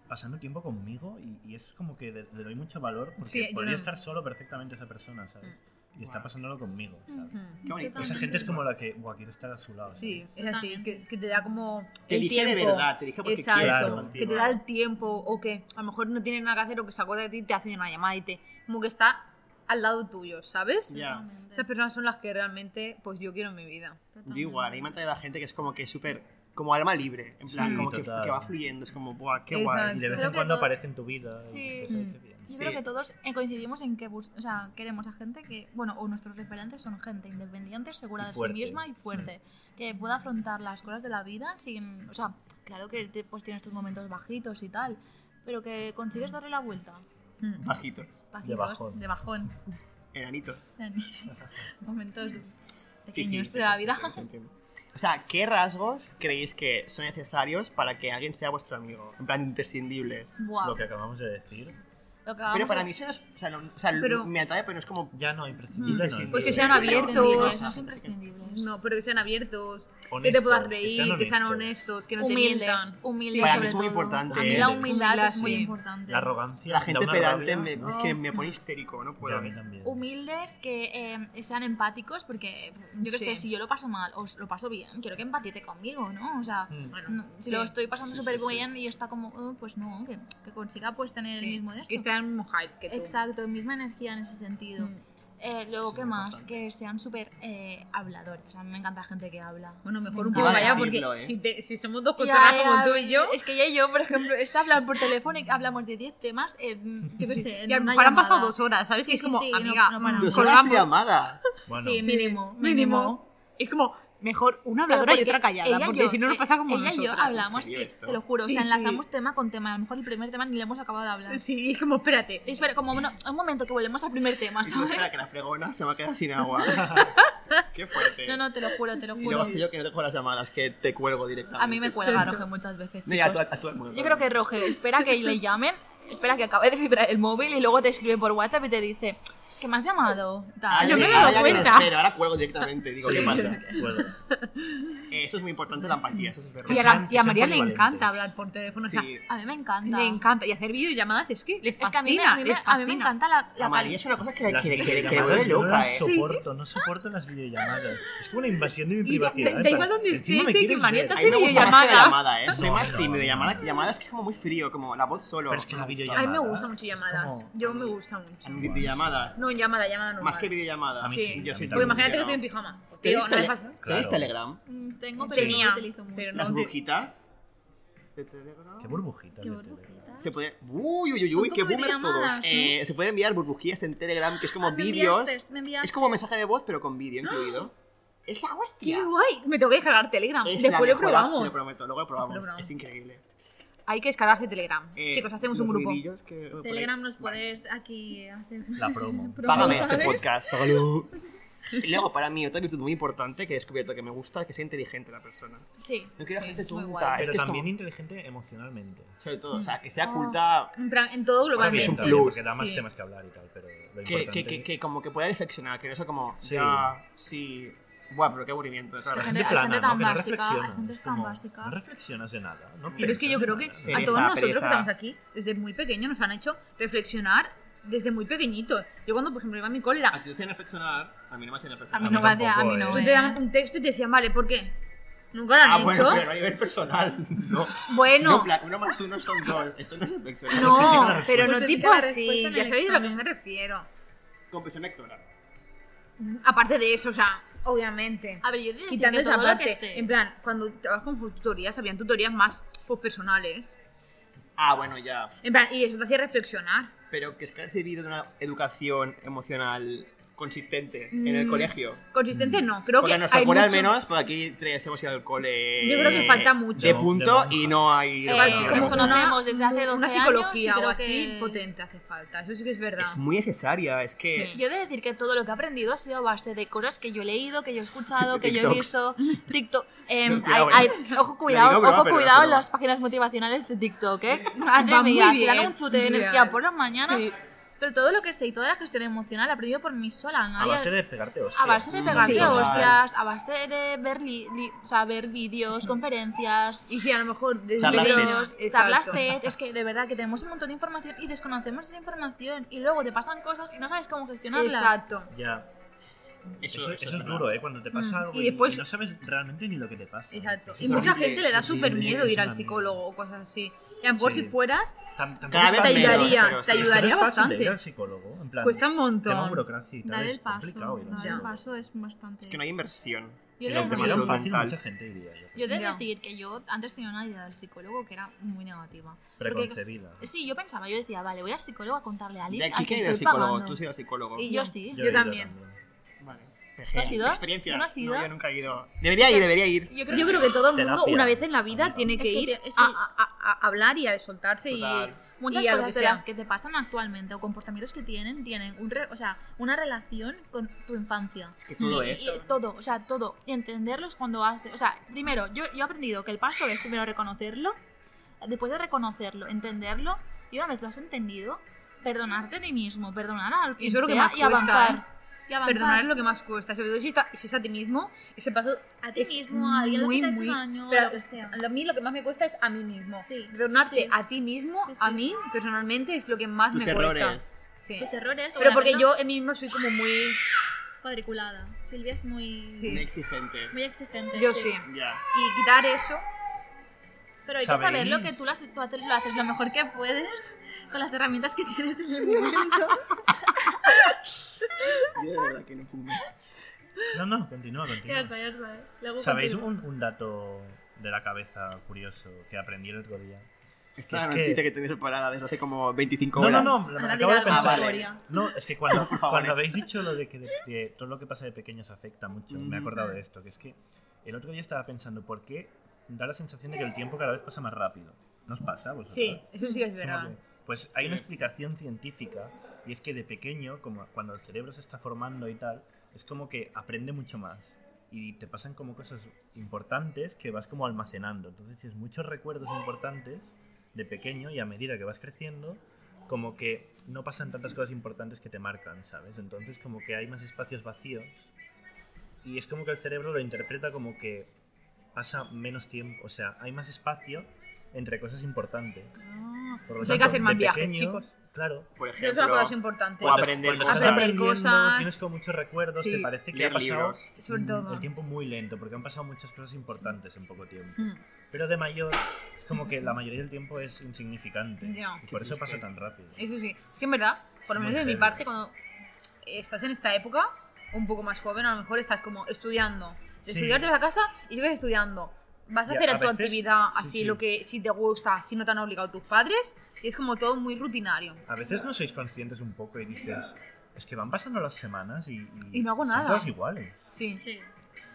pasando tiempo conmigo y, y es como que le, le doy mucho valor porque
Sí, yo Mm.
podría
no-
estar solo perfectamente esa persona, ¿sabes? Y está
Guau.
pasándolo conmigo, ¿sabes?
Qué bonito.
Esa
Sí,
gente
sí,
es como la que, "Buah, quiero estar a su lado.
Mm.
¿eh?
Sí,
¿sabes?
es así, que, que te da como.
Te
el
elige de
tiempo.
verdad, te elige porque
Exacto,
quiere
Claro.
contigo.
que te da el tiempo o que a lo mejor no tiene nada que hacer o que se acuerda de ti y te hacen una llamada y te. como que está al lado tuyo, ¿sabes?
Ya.
Totalmente,
Esas personas son las que realmente, pues yo quiero en mi vida.
Yo
totalmente.
igual, a mí me atrae la gente que es como que súper, como alma libre, en plan,
Sí,
como que,
total.
que va fluyendo, es como, ¡buah, qué
Exacto.
guay!
Y de vez
Creo
en
que
cuando
todo-
aparece en tu vida. y
Sí.
dices, "Ay, qué
Mm.
bien".
Yo creo
Sí.
que todos eh, coincidimos en que bus- o sea, queremos a gente que, bueno, o nuestros referentes son gente independiente, segura
Y
de sí
fuerte,
misma y fuerte, que pueda afrontar las cosas de la vida sin, o sea, claro que te- pues tienes tus momentos bajitos y tal, pero que consigues darle la vuelta. Hmm.
Mm.
Bajitos,
Bajitos,
De bajón.
de bajón.
enanitos.
en momentos
Sí, sí,
pequeños
sí,
de la
sí,
vida.
sí, sí, entiendo. O sea, ¿qué rasgos creéis que son necesarios para que alguien sea vuestro amigo? En plan, imprescindibles.
Buah,
Lo que acabamos de decir,
lo que acabamos
pero para
de-
mí eso no es, o sea, no- o sea,
Pero-
me atrae, pero no es como...
ya no, imprescindible. no,
Pues
que
yo
sean
creo.
abiertos.
imprescindibles, son imprescindibles.
No, pero que sean abiertos, que te
Honestos,
puedas reír, que sean honestos, que no te
humildes,
mientan.
humildes
Para mí
sobre
es muy
todo.
importante.
A mí la
Humildes.
humildad es muy
Sí.
importante.
La arrogancia.
La
da
gente
una
pedante
rabia.
me- es que me pone histérico, no
Ya,
puedo.
a mí también.
Humildes, que eh, sean empáticos, porque yo que
Sí.
sé, si yo lo paso mal o lo paso bien, quiero que empatice conmigo, ¿no? O sea,
Mm.
Bueno,
no- si
sí.
lo estoy pasando
Sí,
súper
sí, sí.
bien y está como, "Oh, pues no, que, que consiga pues tener el
Sí,
mismo de esto.
Que estén en el mismo hype que tú.
Exacto, misma energía en ese sentido.
Mm.
Eh, luego,
Sí,
¿qué
muy
más?
importante.
Que sean súper eh, habladores. A mí me encanta la gente que habla.
Bueno, mejor
Me
un poco
encanta.
para allá,
Iba a
porque
decirlo, ¿eh?
si, te- si somos dos
Ya,
cotorras
ya,
como tú y yo,
Es que ya y yo, por ejemplo, es hablar por teléfono y hablamos de 10 temas, en, yo qué sé, en
y a lo
una
mejor han
llamada.
pasado dos horas, ¿sabes?
Sí,
que es
sí,
como,
sí, no-
amiga,
no paramos.
Dos
Con
horas de
colgamos.
llamada.
Bueno,
Sí,
Sí,
mínimo, mínimo.
mínimo. Es como, mejor una habladora y
porque
otra callada,
ella y
porque
yo-
si no nos
eh,
pasa como
Ella y yo
nosotras.
hablamos,
serio
eh,
esto?
te lo juro, o
Sí,
sea,
sí.
enlazamos tema con tema. A lo mejor el primer tema ni le hemos acabado de hablar.
Sí, es como, espérate.
Y Espera, como bueno, un momento que volvemos al primer tema,
Y tú, espera,
¿sabes?
que la fregona se me ha quedado sin agua. Qué fuerte.
No, no, te lo juro, te lo
y
juro.
luego estoy yo que no te cojo las llamadas, que te cuelgo directamente.
A mí me cuelga Roge muchas veces,
No, ya, a,
chicos.
to- a todo el mundo.
Yo creo que Roge espera que le llamen, espera que acabe de vibrar el móvil y luego te escribe por WhatsApp y te dice, ¿qué me has llamado? Tal.
Ah, ya
Yo me
que-
he dado
ah, ya que me
cuenta.
espero, ahora cuelgo directamente. Digo,
Sí,
¿qué pasa?
puedo.
Eh, Eso es muy importante, la empatía, eso es verdad.
Y a,
sean-
la- y a
que sean
María le
polivalentes.
encanta hablar por teléfono, o sea,
Sí.
A mí me encanta.
le encanta. Y hacer videollamadas es que le fascina,
Es que a mí, me- a mí me,
les
a mí me
fascina.
encanta la, la
A María
cali-
es una cosa que le
Las
que, que, que, le
videollamadas,
vuelve
yo no
loca,
las
eh.
soporto, no soporto las videollamadas. Es como una invasión de mi
Y da-
privacidad.
da
¿eh?
igual donde
Encima
estés,
me
sé que
quieres
María
ver.
te
A
hace
mí me gusta más que la
videollamada.
llamada, ¿eh? Soy
No,
más
no,
tímido de
no.
llamada. Llamada es que es como muy frío, como la voz solo.
Pero es que la
A mí
videollamada.
me gusta mucho
es
llamadas.
como-
Yo me gusta mucho.
En Videollamadas.
No, llamada, llamada normal.
Más que videollamadas.
A mí sí,
Yo
a
soy
mí
Porque
también.
imagínate que
yo.
estoy en pijama.
¿Tenéis,
Tío, no
tele-
es fácil.
¿Tenéis
Claro.
Telegram?
Mm, Tengo, pero
Sí.
no lo utilizo mucho.
Pero
¿Las
No, que-
burbujitas? ¿De Telegram?
Qué burbujita.
Qué
de
burbujitas.
Se puede. Uy, uy, uy,
Son
uy, qué
como
boomers todos.
videollamadas,
Eh, se pueden enviar burbujillas en Telegram, que es
Ah,
Ah,
como vídeos. Es como mensaje de voz, pero con vídeo incluido. Es la hostia.
Qué guay. Me tengo que descargar Telegram.
Es la
Después
mejor
lo
app,
probamos.
Te lo prometo, luego lo probamos.
probamos.
Es increíble.
Hay que descargarse Telegram.
Eh,
Chicos, hacemos
los
un grupo.
ruidillos que- por ahí.
Telegram nos
Vale.
puedes aquí hacer
La promo.
Págame este
¿sabes?
podcast, págalo. Y luego, para mí, otra virtud muy importante que he descubierto que me gusta es que sea inteligente la persona.
Sí.
No quiero gente
es muy
tonta,
guay.
es
Pero
que es
también
como,
inteligente emocionalmente.
sobre todo, o sea, que sea
Ah.
culta,
En plan, en todo
Está
mí es
globalmente.
bien,
un
está bien,
plus,
Porque da más
sí.
temas que hablar y tal, pero lo
que,
importante...
que, que, que como que pueda reflexionar, que no sea como,
Sí.
ya, sí, buah, pero qué aburrimiento,
que
claro.
gente- hay gente tan básica, hay gente
es
tan
como,
básica.
No reflexionas de nada. No
Pero
Pero es que yo creo
piensas
que
de
a
nada.
Pereza,
todos nosotros
pereza.
que estamos aquí, desde muy pequeños, nos han hecho reflexionar desde muy pequeñitos. Yo cuando, por ejemplo, iba a mi cole,
A
era,
ti te hacen reflexionar, a mí no me hacen
A
reflexionar.
mí
mí
no me hace, a
tampoco,
mí no.
tú
¿eh?
te daban un texto y te decían, vale, ¿por qué? ¿Nunca lo han
Ah,
hecho?
bueno, pero no a nivel personal, no. No, en
Bueno,
plan, uno más uno son dos, eso no es reflexionar.
no,
Justifica la
pero no
respuesta.
tipo
Justifica la
así.
respuesta en
Ya
el
sabéis a lo que
examen.
me refiero.
Comprensión lectora.
Aparte de eso, o sea, obviamente.
A ver, yo he de decir
Quitando
que
esa
todo lo que
parte,
sé.
en plan, cuando trabajas con tutorías, habían tutorías más pues, personales.
Ah, bueno, ya.
En plan, y eso te hacía reflexionar.
Pero que es que has recibido de una educación emocional consistente en el
Mm.
colegio.
Consistente no, creo
Mm. porque
que
en nuestro
hay
cole al
mucho-
menos, por aquí tres hemos ido al cole.
Yo creo que falta mucho.
De
De
punto
monja.
y no hay.
Eh,
educación.
nos
como
Como-
una-
conocemos desde hace 12
una
años
psicología
y creo
o así
que-
potente hace falta, eso sí que es verdad.
es muy necesaria, es que.
Sí.
Yo he de decir que todo lo que he aprendido ha sido a base de cosas que yo he leído, que yo he escuchado, que yo he
TikToks.
visto. TikTok. em,
No, cuidado,
hay-
eh.
hay- ojo,
Lo
cuidado,
digo, broma,
ojo,
pero-
cuidado en
pero-
las páginas motivacionales de TikTok, ¿eh? Madre
Va muy
mía, te
bien,
dan un chute de
real.
energía por las mañanas.
Sí.
Pero Pero todo lo que sé y toda la gestión emocional la he aprendido por mí sola.
A
Nadie,
base de pegarte hostias.
a base de
Mm,
pegarte
sí.
hostias, a base de ver, li- li- o sea, ver vídeos, conferencias,
Y si a lo mejor desde
Charlas TED.
libros,
Exacto.
charlas TED, es que de verdad que tenemos un montón de información y desconocemos esa información y luego te pasan cosas y no sabes cómo gestionarlas.
Exacto.
Ya. Eso, eso es
verdad.
duro, ¿eh? Cuando te pasa
Mm.
algo
Y
y,
después-
y no sabes realmente ni lo que te pasa.
Exacto.
Dices,
Y
Es
"Oye,
mucha
horrible,
gente le da
es
súper
horrible,
miedo
es
ir al
una
psicólogo o cosas así. Y a lo mejor
Sí.
si fueras,
tam- tampoco
Cada
es
vez
tan
te
menos,
ayudaría,
pero
te
sí.
Es que no es
ayudaría
fácil ¿eh? de ir
bastante.
al psicólogo, en plan.
cuesta un
Tema
montón.
burocracia y tal,
Dar
es
el paso,
complicado. ir al
dar el
psicólogo.
paso es bastante.
Es que no hay inversión.
Yo
sino un
le
Si
tema
decía-
fuera
salud
fácil,
mental.
mucha gente iría. yo creo.
Yo he de
Ya.
decir que yo antes tenía una idea del psicólogo que era muy negativa. Porque,
Preconcebida.
sí, yo pensaba, yo decía, vale, voy al psicólogo a contarle a alguien
De
al
aquí
que
que el
estoy
psicólogo,
pagando.
tú has sido psicólogo.
Y-
Yo sí.
Yo
he ido
también.
Vale.
¿Tú has ido?
Experiencias.
¿Tú no has ido?
No, yo nunca he ido. Debería ir, debería ir.
Yo creo
Yo
que
creo que todo el
Terapia.
mundo una vez en la vida
Amiga.
tiene
Es
que,
que
ir
te- es
a,
que-
a- a- a hablar y a soltarse y,
Total.
muchas
y a lo
cosas
que
de
sea.
las que te pasan actualmente o comportamientos que tienen, tienen un re- o sea, una relación con tu infancia.
Es que todo
Y-
es.
y es todo, o sea, todo. Y entenderlos cuando hace. O sea, primero, yo, yo he aprendido que el paso es primero reconocerlo, después de reconocerlo, entenderlo, y una vez lo has entendido, perdonarte a ti mismo, perdonar al que
Eso es lo que
sea
más
y
cuesta,
avanzar.
¿eh?
Y avanzar
Perdonar es lo que más cuesta, sobre todo si, está- si es a ti mismo, ese paso
a ti
es
mismo, a alguien
muy,
que te ha hecho
muy-
daño,
pero eh,
lo que sea.
A mí lo que más me cuesta es a mí mismo.
Sí,
Perdonarte
sí.
a ti mismo,
Sí, sí.
a mí personalmente es lo que más
Tus
Ah, me cuesta.
errores.
Sí.
Tus errores o
Pero
la
porque
pena
yo en mí mismo soy como muy...
Cuadriculada. Silvia es muy.
Sí.
Muy exigente.
Muy exigente.
Yo
sí.
sí.
Ya.
Y quitar eso,
Pero hay que
Sabéis.
saberlo que tú, lo haces- tú haces- lo haces lo mejor que puedes con las herramientas que tienes en el momento.
Yo de verdad que no fumo.
No, no, continúa,
ya
continúa.
está, ya está. Luego
¿Sabéis
continúo.
un, un dato de la cabeza curioso que aprendí el otro día?
Esta
Es que-
noticia que, tenéis preparada desde hace como 25
No,
horas.
no, no, me
Ahora
acabo de Ah,
dirá algo,
pensar.
Gloria.
No, es que cuando,
Por favor,
cuando
eh.
habéis dicho lo de que, de- que todo lo que pasa de pequeños afecta mucho, me he acordado de esto, que es que el otro día estaba pensando por qué da la sensación de que el tiempo cada vez pasa más rápido. ¿Nos pasa? a vosotros?
sí, eso sí que es
Es como
verdad.
que- Pues hay
Sí.
una explicación científica y es que de pequeño, como cuando el cerebro se está formando y tal, es como que aprende mucho más y te pasan como cosas importantes que vas como almacenando. Entonces tienes muchos recuerdos importantes de pequeño y a medida que vas creciendo, como que no pasan tantas cosas importantes que te marcan, ¿sabes? Entonces como que hay más espacios vacíos y es como que el cerebro lo interpreta como que pasa menos tiempo, o sea, hay más espacio entre cosas importantes.
Ah,
Por lo
pues hay que
tanto,
hacer más
de
viajes,
pequeño,
chicos.
Claro.
Por
Eso es una cosa
ejemplo,
importante.
O aprender
cuando
cosas.
estás
Aprender
aprendiendo,
cosas.
Tienes como muchos recuerdos,
Sí.
te parece que ha
leer
pasado
libros.
Sobre
mm,
todo.
el tiempo muy lento, porque han pasado muchas cosas importantes en poco tiempo.
Mm.
Pero de mayor, es como que la mayoría del tiempo es insignificante.
Ya.
Y por eso
Qué
pasa
triste.
tan rápido.
Eso sí. Es que en verdad, por lo
Muy
menos de mi
heavy.
parte, cuando estás en esta época, un poco más joven, a lo mejor estás como estudiando. De
Sí.
estudiar te vas a casa y sigues estudiando. Vas a
Ya,
hacer
a
tu
veces-
actividad
sí,
así,
sí.
lo que si te gusta, si no te han obligado tus padres, y es como todo muy rutinario.
A veces no sois conscientes un poco y dices, es que van pasando las semanas y,
Y no hago
son
nada.
todas iguales.
Sí,
Sí.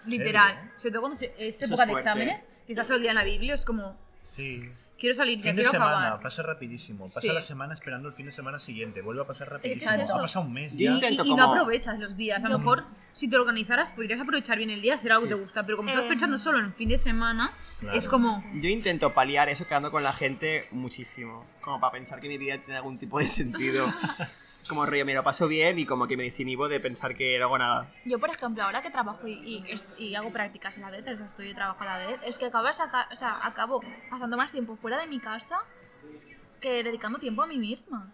literal.
¿eh?
Sobre todo cuando se- es
Eso es
época de
fuerte.
exámenes, que estás todo el día en la Biblia, es como,
Sí.
quiero salir, ya
Fin de
quiero
semana,
acabar.
pasa rapidísimo. Pasa
Sí.
la semana esperando el fin de semana siguiente. Vuelve a pasar
que es
rapidísimo.
eso.
Ha pasado un mes
Yo
ya.
Y,
intento
y no
como-
aprovechas los días. A lo
Yo-
mejor, si te organizaras, podrías aprovechar bien el día, hacer algo
Sí.
que te gusta. Pero como estás
Eh,
pensando solo en fin de semana,
Claro.
es como.
Yo intento paliar eso quedando con la gente muchísimo. Como para pensar que mi vida tiene algún tipo de sentido. como rollo, me lo paso bien y como que me desinhibo de pensar que no hago nada.
Yo, por ejemplo, ahora que trabajo y, y est- y hago prácticas a la vez, o sea, estudio y trabajo a la vez, es que acabo, de saca- o sea, acabo pasando más tiempo fuera de mi casa que dedicando tiempo a mí misma.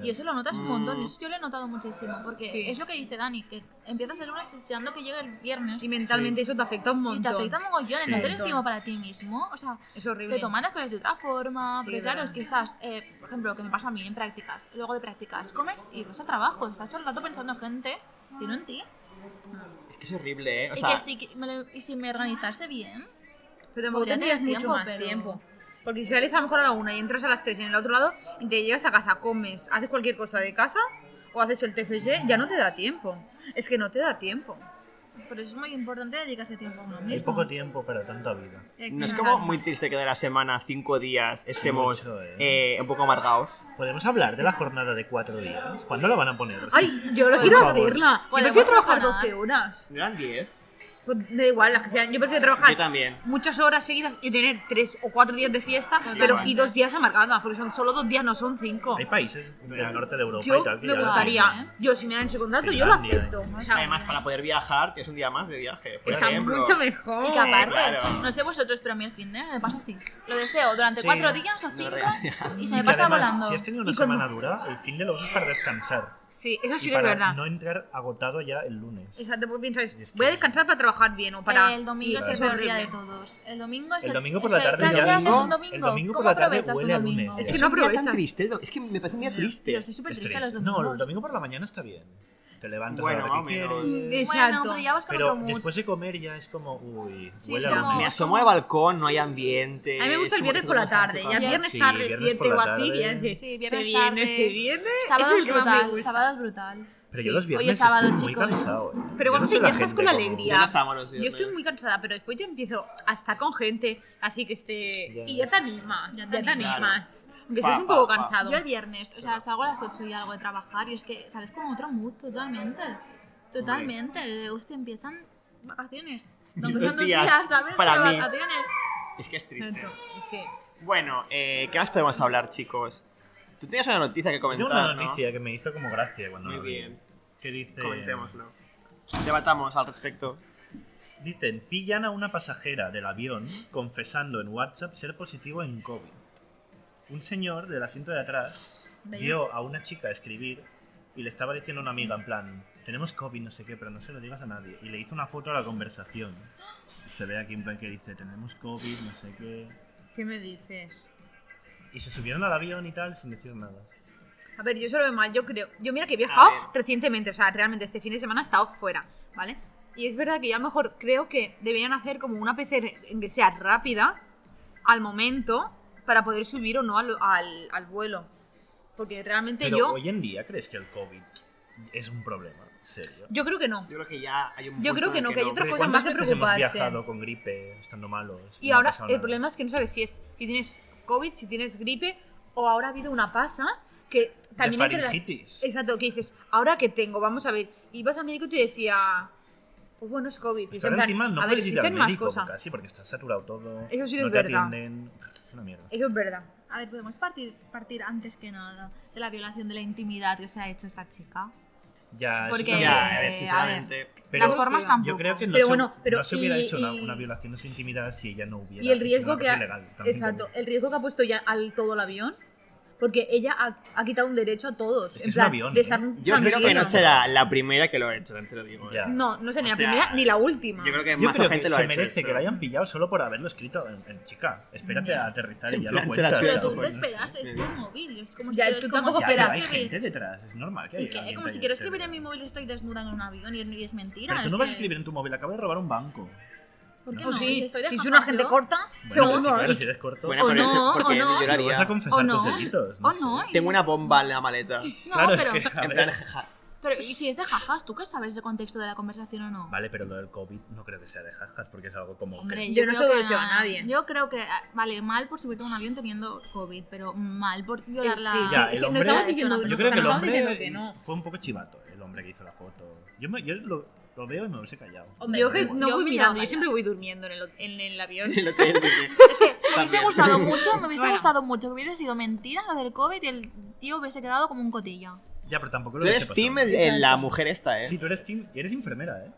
Ya.
Y eso lo notas un montón,
Mm.
eso yo lo he notado muchísimo, porque
Sí.
es lo que dice Dani, que empiezas el lunes deseando que llegue el viernes
Y mentalmente eso te afecta un
y
montón.
te afecta mogollón el no
Sí.
tener tiempo para ti mismo, o sea,
Es horrible.
te toman las cosas de otra forma,
Sí,
porque
es
claro,
verdad.
es que estás, eh, por ejemplo, lo que me pasa a mí en prácticas, luego de prácticas comes y vas al trabajo, estás todo el rato pensando en gente y no en ti.
Es que es horrible, ¿eh? O
y
sea,
que si, que me lo- y si me organizase bien,
Pero tampoco
podría
tendrías
tener
mucho
tiempo,
más
pero-
tiempo. Porque si sales a lo mejor a la una y entras a las tres en el otro lado, y te llegas a casa, comes, haces cualquier cosa de casa o haces el TFG, ya no te da tiempo. Es que no te da tiempo.
por eso es muy importante dedicarse tiempo a uno
Hay
mismo.
poco tiempo para tanta vida.
no es como muy triste que de la semana cinco días estemos
Mucho, ¿eh?
eh, un poco amargados.
¿Podemos hablar de la jornada de cuatro días? ¿Cuándo la van a poner?
Ay, yo no
Por
quiero
favor.
hacerla. Yo
Podemos
prefiero trabajar
mejorar.
12 horas.
¿No eran 10?
Pues da igual, las que sean. Yo prefiero trabajar
Yo también.
muchas horas seguidas y tener tres o cuatro días de fiesta pero, y dos días amargadas, porque son solo dos días, no son cinco.
Hay países del
Real.
norte de Europa y
Yo
tal que
me
ya lo
gustaría,
gustaría, yo si me dan ese contrato, yo lo
Finlandia,
acepto. O sea,
Pues Además, para poder viajar, tienes un día más de viaje. Por
está
ejemplo.
mucho mejor.
Eh,
Y que aparte,
claro.
no sé vosotros, pero a mí el fin de me pasa así. Lo deseo durante
Sí,
cuatro días o
no,
cinco
real.
y se me
Y
pasa
además,
volando.
Si has tenido una
Y cuando-
semana dura, el fin de lo usas para descansar.
Sí, eso
y
sí que es
para
verdad.
no entrar agotado ya el lunes.
Exacto, porque piensas,
Es que-
voy a descansar para trabajar bien o para...
el domingo
y-
es el
es
mejor día de
horrible.
todos. El domingo es
El
el
domingo
es
por la
que,
tarde
¿qué-
ya-
qué haces
No,
un domingo?
el domingo
¿Cómo
por la tarde
aprovechas tu
huele a
domingo?
lunes.
Es que
Es
no
un día tan
aprovechas.
triste. el do- Es que me parece un día triste.
Yo estoy súper
Es
triste
triste.
los domingos.
No, el domingo por la mañana está bien. Te levantas
Bueno,
a la hora
más o
que
menos.
quieres.
Bueno,
Exacto.
pero ya vas con
Pero
otro mood.
después de comer ya es como, uy,
Sí,
huele
es
a
como-
lunes.
Me asomo al balcón, no hay ambiente.
A mí me gusta
es como
el
que
viernes
todo
por la
está
tarde, ya
ocupado.
Sí,
viernes tarde,
viernes
7
por
o
la
así,
tarde.
ya dices,
Sí, viernes
se viene,
tarde.
se viene,
Sábado
es
es
el que más me
brutal,
gusta.
sábado es brutal.
Pero yo los viernes
Oye, sábado,
estoy muy
chicos.
cansado. eh.
Pero
Yo no
cuando
sé
te
la
ya estás
gente
con la
cómo-
alegría.
Ya no estamos los
Yo
viernes.
estoy muy cansada, pero después ya empiezo a estar con gente, así que esté...
Ya.
Y ya te animas, ya te,
animas.
animas. Aunque
Pa,
estés un
pa,
poco
pa.
cansado.
Yo el viernes, o sea, salgo a las 8 y algo de trabajar y es que sales con otro mood totalmente. Totalmente. De, Hostia, empiezan vacaciones. Aunque
estos
son dos
días,
días, ¿sabes?
para
De
mí-
vacaciones.
Es que es triste.
Exacto, sí.
Bueno, eh, ¿qué más podemos hablar, chicos? Tú tenías una noticia que
Tengo
comentar,
una
¿no?
noticia que me hizo como gracia cuando
Muy
la vi.
bien.
Que dice...
Comentémoslo. Debatamos al respecto.
Dicen, pillan a una pasajera del avión confesando en WhatsApp ser positivo en COVID. Un señor del asiento de atrás
Vaya.
vio a una chica escribir y le estaba diciendo a una amiga en plan, tenemos COVID, no sé qué, pero no se lo digas a nadie. Y le hizo una foto a la conversación. Se ve aquí en plan que dice, tenemos COVID, no sé qué.
¿Qué me dices?
Y se subieron al avión y tal sin decir nada.
A ver, yo se lo veo mal, yo creo. Yo mira que he
A
viajado
ver.
recientemente, o sea, realmente este fin de semana he estado fuera, ¿vale? Y es verdad que yo a lo mejor creo que deberían hacer como una PCR en que sea rápida al momento para poder subir o no al, al- al vuelo. Porque realmente
Pero
yo.
hoy en día, ¿crees que el COVID es un problema? ¿Serio?
Yo creo que no.
Yo creo que ya hay un
Yo
punto
creo que
en
no,
el
que hay otra
hombre,
cosa
¿Cuántas
más que
veces hemos
preocuparse.
viajado con gripe, estando malos?
Y
no ha
ahora
pasado
el
nada?
problema es que no sabes si es si tienes COVID, si tienes gripe o ahora ha habido una pasa que también entre las-
faringitis.
Exacto, que dices, ahora que tengo, vamos a ver. Y vas al médico y te decía, pues bueno, es COVID. Y
Es
es
que
en
ahora
plan,
encima no
a ver,
puedes ir al
existen más
médico
cosas.
casi porque está saturado todo.
Eso sí que
no
es
te
verdad.
atienden. Una mierda.
Eso es verdad.
A ver, podemos partir, partir antes que nada de la violación de la intimidad que se ha hecho esta chica.
Ya, eso
Porque-
también.
Ya, a
Eh, a
ver,
ver.
sinceramente.
Pero
Las formas
yo
tampoco.
yo creo que no,
Pero
se,
bueno, pero
no se hubiera
y-
hecho una,
y-
una violación de su intimidad si ella no hubiera
Y el
hecho
riesgo
una
que
cosa
ha,
ilegal, también
exacto,
te digo.
el riesgo que ha puesto ya al todo el avión, porque ella ha, ha quitado un derecho a todos.
Es que es
en
un
plan,
avión,
de
¿eh?
estar
Yo creo que no
tranquilo.
será la primera que lo ha hecho, también te lo digo. ¿eh?
Ya.
No, no será ni
O
la
sea,
primera ni la última.
Yo creo que
Yo
más
creo
gente
que
lo
se
ha hecho.
merece que
esto.
la hayan pillado solo por haberlo escrito en, en chica. Espérate a aterrizar y ya lo
plan, se la
cuentas.
suda Claro,
¿sabes?
Pero tú te
pues,
esperas, es tu móvil. Es como si
Ya,
quieres-
tú
como
tampoco
si
Ya, pero
esperas
quieres
hay
que-
gente detrás, es normal que
Y
haya
que es
alguien
como si
te-
quiero
te
escribir en
vea.
mi móvil estoy desnuda en un avión y es, y es mentira.
Pero tú
es
no vas a
que-
escribir en tu móvil, acabo de robar un banco.
¿Por qué
Pues
no?
sí,
Yo estoy
si
de
es una
jamón,
gente
yo.
corta,
Bueno,
segundo.
sí, claro,
y-
si eres corto,
Bueno,
O
pero eso-
no,
porque
o no.
yo
te vas
lloraría.
a confesar
O no,
tus delitos.
o
sé.
Oh, no. y-
Tengo una bomba en la maleta.
No,
Claro, es
pero,
que, a
En
ver.
plan, jaja.
pero y si es de jajas, ¿tú qué sabes de contexto de la conversación o no?
Vale, pero lo del COVID no creo que sea de jajas, porque es algo como...
Hombre,
Yo
yo,
no
creo
se lo
que
deseo a nadie.
Yo creo que, ah, vale, mal por subirte a un avión teniendo COVID, pero mal por violar la...
Sí,
Ya, el
es que no
hombre-
estamos diciendo
Yo
yo
no,
creo que el
no estamos
hombre
diciendo que no.
fue un poco chivato, eh, el hombre que hizo la foto. Yo, me- yo lo, lo veo y me hubiese callado.
Hombre,
Yo que
yo
no voy
me
mirando,
iba a
yo siempre voy durmiendo en el, en el avión.
El hotel, dice.
Es que me hubiese
También.
gustado mucho, me hubiese
Bueno.
gustado mucho que hubiera sido mentira lo del COVID y el tío hubiese quedado como un cotilla.
Ya, pero tampoco lo
Tú
hubiese
eres
pasado.
team el- el- la mujer esta,
Sí,
¿eh?
tú eres team y eres enfermera, ¿eh?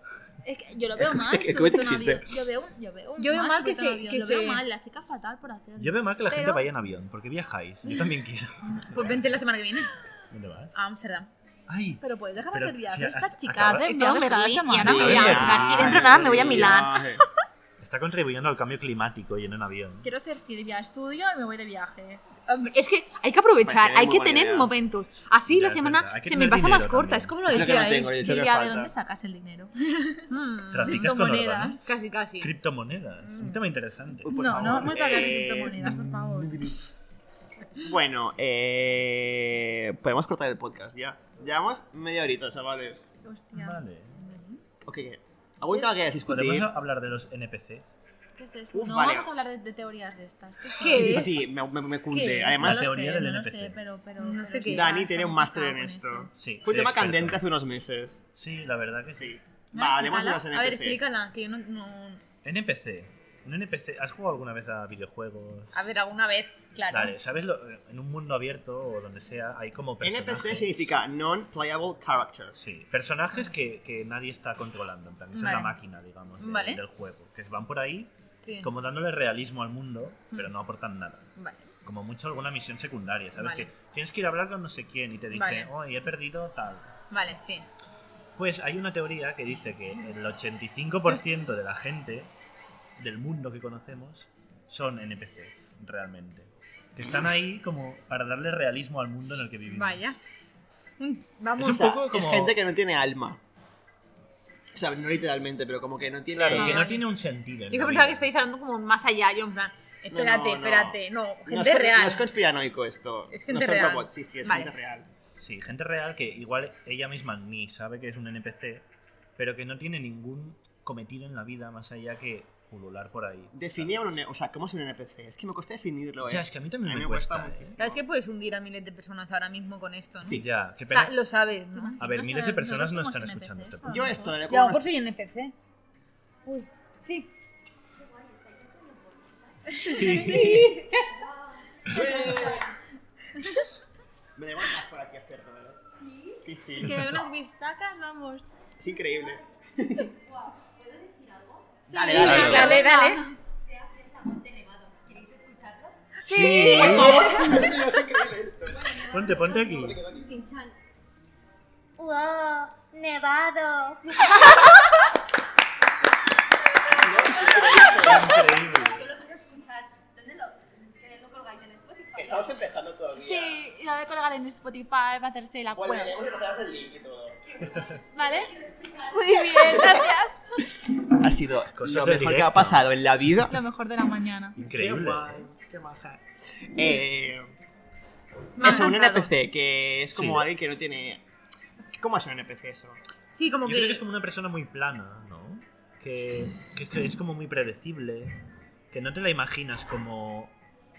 Es que yo lo veo mal.
El COVID
subirte a un
existe.
avión. Yo veo, yo veo,
Yo veo mal que
subirte a un
se-
avión.
que
Lo veo
se-
mal, la chica fatal por
Mm.
hacerlo.
Yo veo mal que la
Pero-
gente vaya en avión, porque viajáis. Yo también quiero.
Pues vente la semana que viene
¿Dónde vas?
a pues, Ámsterdam.
Ay,
Pero puedes dejar
Pero
de hacer viajes.
si hasta-
Esta chica
acaba-
de
Estaba en
enviarnos cada
Berlín y
semana.
ahora me voy a
Ay,
Ámsterdam. Y dentro de
Ay,
nada me voy a
sí,
Milán.
ay.
está contribuyendo al cambio climático y en un avión.
Quiero ser Silvia, estudio y me voy de viaje.
Hombre, Es que hay que aprovechar,
Parece Pues
hay
muy
que
buena
tener
idea.
momentos.
Ya,
Así la
es verdad, hay
semana
que
se me
tener
pasa más
dinero
corta,
también.
es como lo
Es lo que no
decía él.
tengo, yo
Silvia, ¿de
falta.
dónde sacas el dinero?
Mm,
Traficas con
criptomonedas.
órganos.
Casi, Mm. casi.
Criptomonedas. Un tema interesante.
Uy, por
No, no,
favor.
no es hablar de
Eh,
criptomonedas, por favor.
Bueno, eh, podemos cortar el podcast ya. Llevamos media horita, chavales.
Hostia,
Vale.
Ok, ¿algún tema que hayas discutido?
Podemos hablar de los NPC.
¿qué es eso?
Uf,
no
vale.
vamos a hablar de, de teorías de estas. ¿Qué? es
¿Qué?
eso?
Sí, sí, sí, me, me, me cunde.
¿Qué?
Además,
No lo
teoría
sé,
del
no lo
NPC.
sé, pero, pero,
No sé
pero
qué.
ya
Dani
está
tiene un
muy
máster
pesado
en
con
esto.
Sí,
Fue un
soy
tema
experto.
candente hace unos meses.
Sí, la verdad que sí.
Sí.
No,
Va, hablemos de
explícala.
los
A ver,
NPCs.
explícala, que yo no, no-
NPC. Un NPC. ¿Has jugado alguna vez a videojuegos?
A ver, alguna vez, claro.
Vale, ¿sabes? lo- en un mundo abierto o donde sea, hay como personajes.
NPC significa Non-Playable Characters.
Sí, personajes que, que nadie está controlando. En plan, esa es la
Vale.
máquina, digamos, de-
Vale.
del juego. Que van por ahí
Sí. Mm.
como dándole realismo al mundo, pero no aportan nada.
Vale.
Como mucho alguna misión secundaria, ¿sabes?
Vale.
Que tienes que ir a hablar con no sé quién y te dice,
Vale.
oye, he perdido tal.
Vale, sí.
Pues hay una teoría que dice que el 85% de la gente del mundo que conocemos son NPCs, realmente. Que están ahí como para darle realismo al mundo en el que vivimos.
Vaya. Mm,
Es
Vamos
O
un
sea,
poco
Es
como-
gente que no tiene alma. O sea, no literalmente, pero como que no tiene...
Claro,
Ah,
que no
vale.
tiene un sentido. en
Yo
la
que pensaba que
vida.
estáis hablando como más allá, yo en plan, espérate,
no, no.
espérate, no, gente
no es, cons-
real.
no es conspiranoico esto.
Es gente
no son
real.
robots, sí, sí, es
Vale.
gente real.
Sí, gente real que igual ella misma ni sabe que es un NPC, pero que no tiene ningún cometido en la vida más allá que pulular por ahí.
Definía un... N- O sea, ¿cómo es un NPC? Es que me cuesta definirlo, eh.
Ya, es que a mí también
A mí
me,
me cuesta
¿eh?
muchísimo.
¿Sabes que puedes hundir a miles de personas ahora mismo con esto? ¿no?
Sí.
Ya, qué
O sea,
pena.
lo sabes, ¿no?
A ver, miles de personas no están
somos
escuchando
NPCs,
este
¿no?
Yo esto lo haré
Yo a lo
como
mejor
unas-
soy NPC. Uy, sí.
Me levantas por aquí, experto, ¿verdad?
Sí,
Sí, sí.
es que veo unas bistacas, vamos.
Es increíble.
Guau, ¿puedo decir algo?
Dale,
Sí,
dale, dale.
Dale, dale.
Se afrenta a Monte Nevado. ¿Queréis escucharlo?
¡Sí! Dios mío, es increíble esto. ¿eh?
Ponte, ponte aquí.
Sinchan.
¡Wow! ¡Nevado!
Yo lo quiero escuchar. ¿Dónde lo, que lo colgáis en Spotify?
Estamos empezando todavía.
Sí, la de colgar en Spotify para hacerse la
Bueno,
cueva.
tenemos que pasar el link y todo.
¿Vale?
Quiero escuchar.
Muy bien, gracias.
Ha sido
Cosas
lo
de
mejor que
directo.
ha pasado en la vida.
Lo mejor de la mañana.
Increíble.
Qué guay, qué maja. Eh,
Me ha
eso, un
encantado.
NPC, que es como
Sí.
alguien que no tiene... ¿Cómo es un NPC eso?
Sí, como
Yo creo que
que.
es como una persona muy plana, ¿no? Que, que es que es como muy predecible, que no te la imaginas como...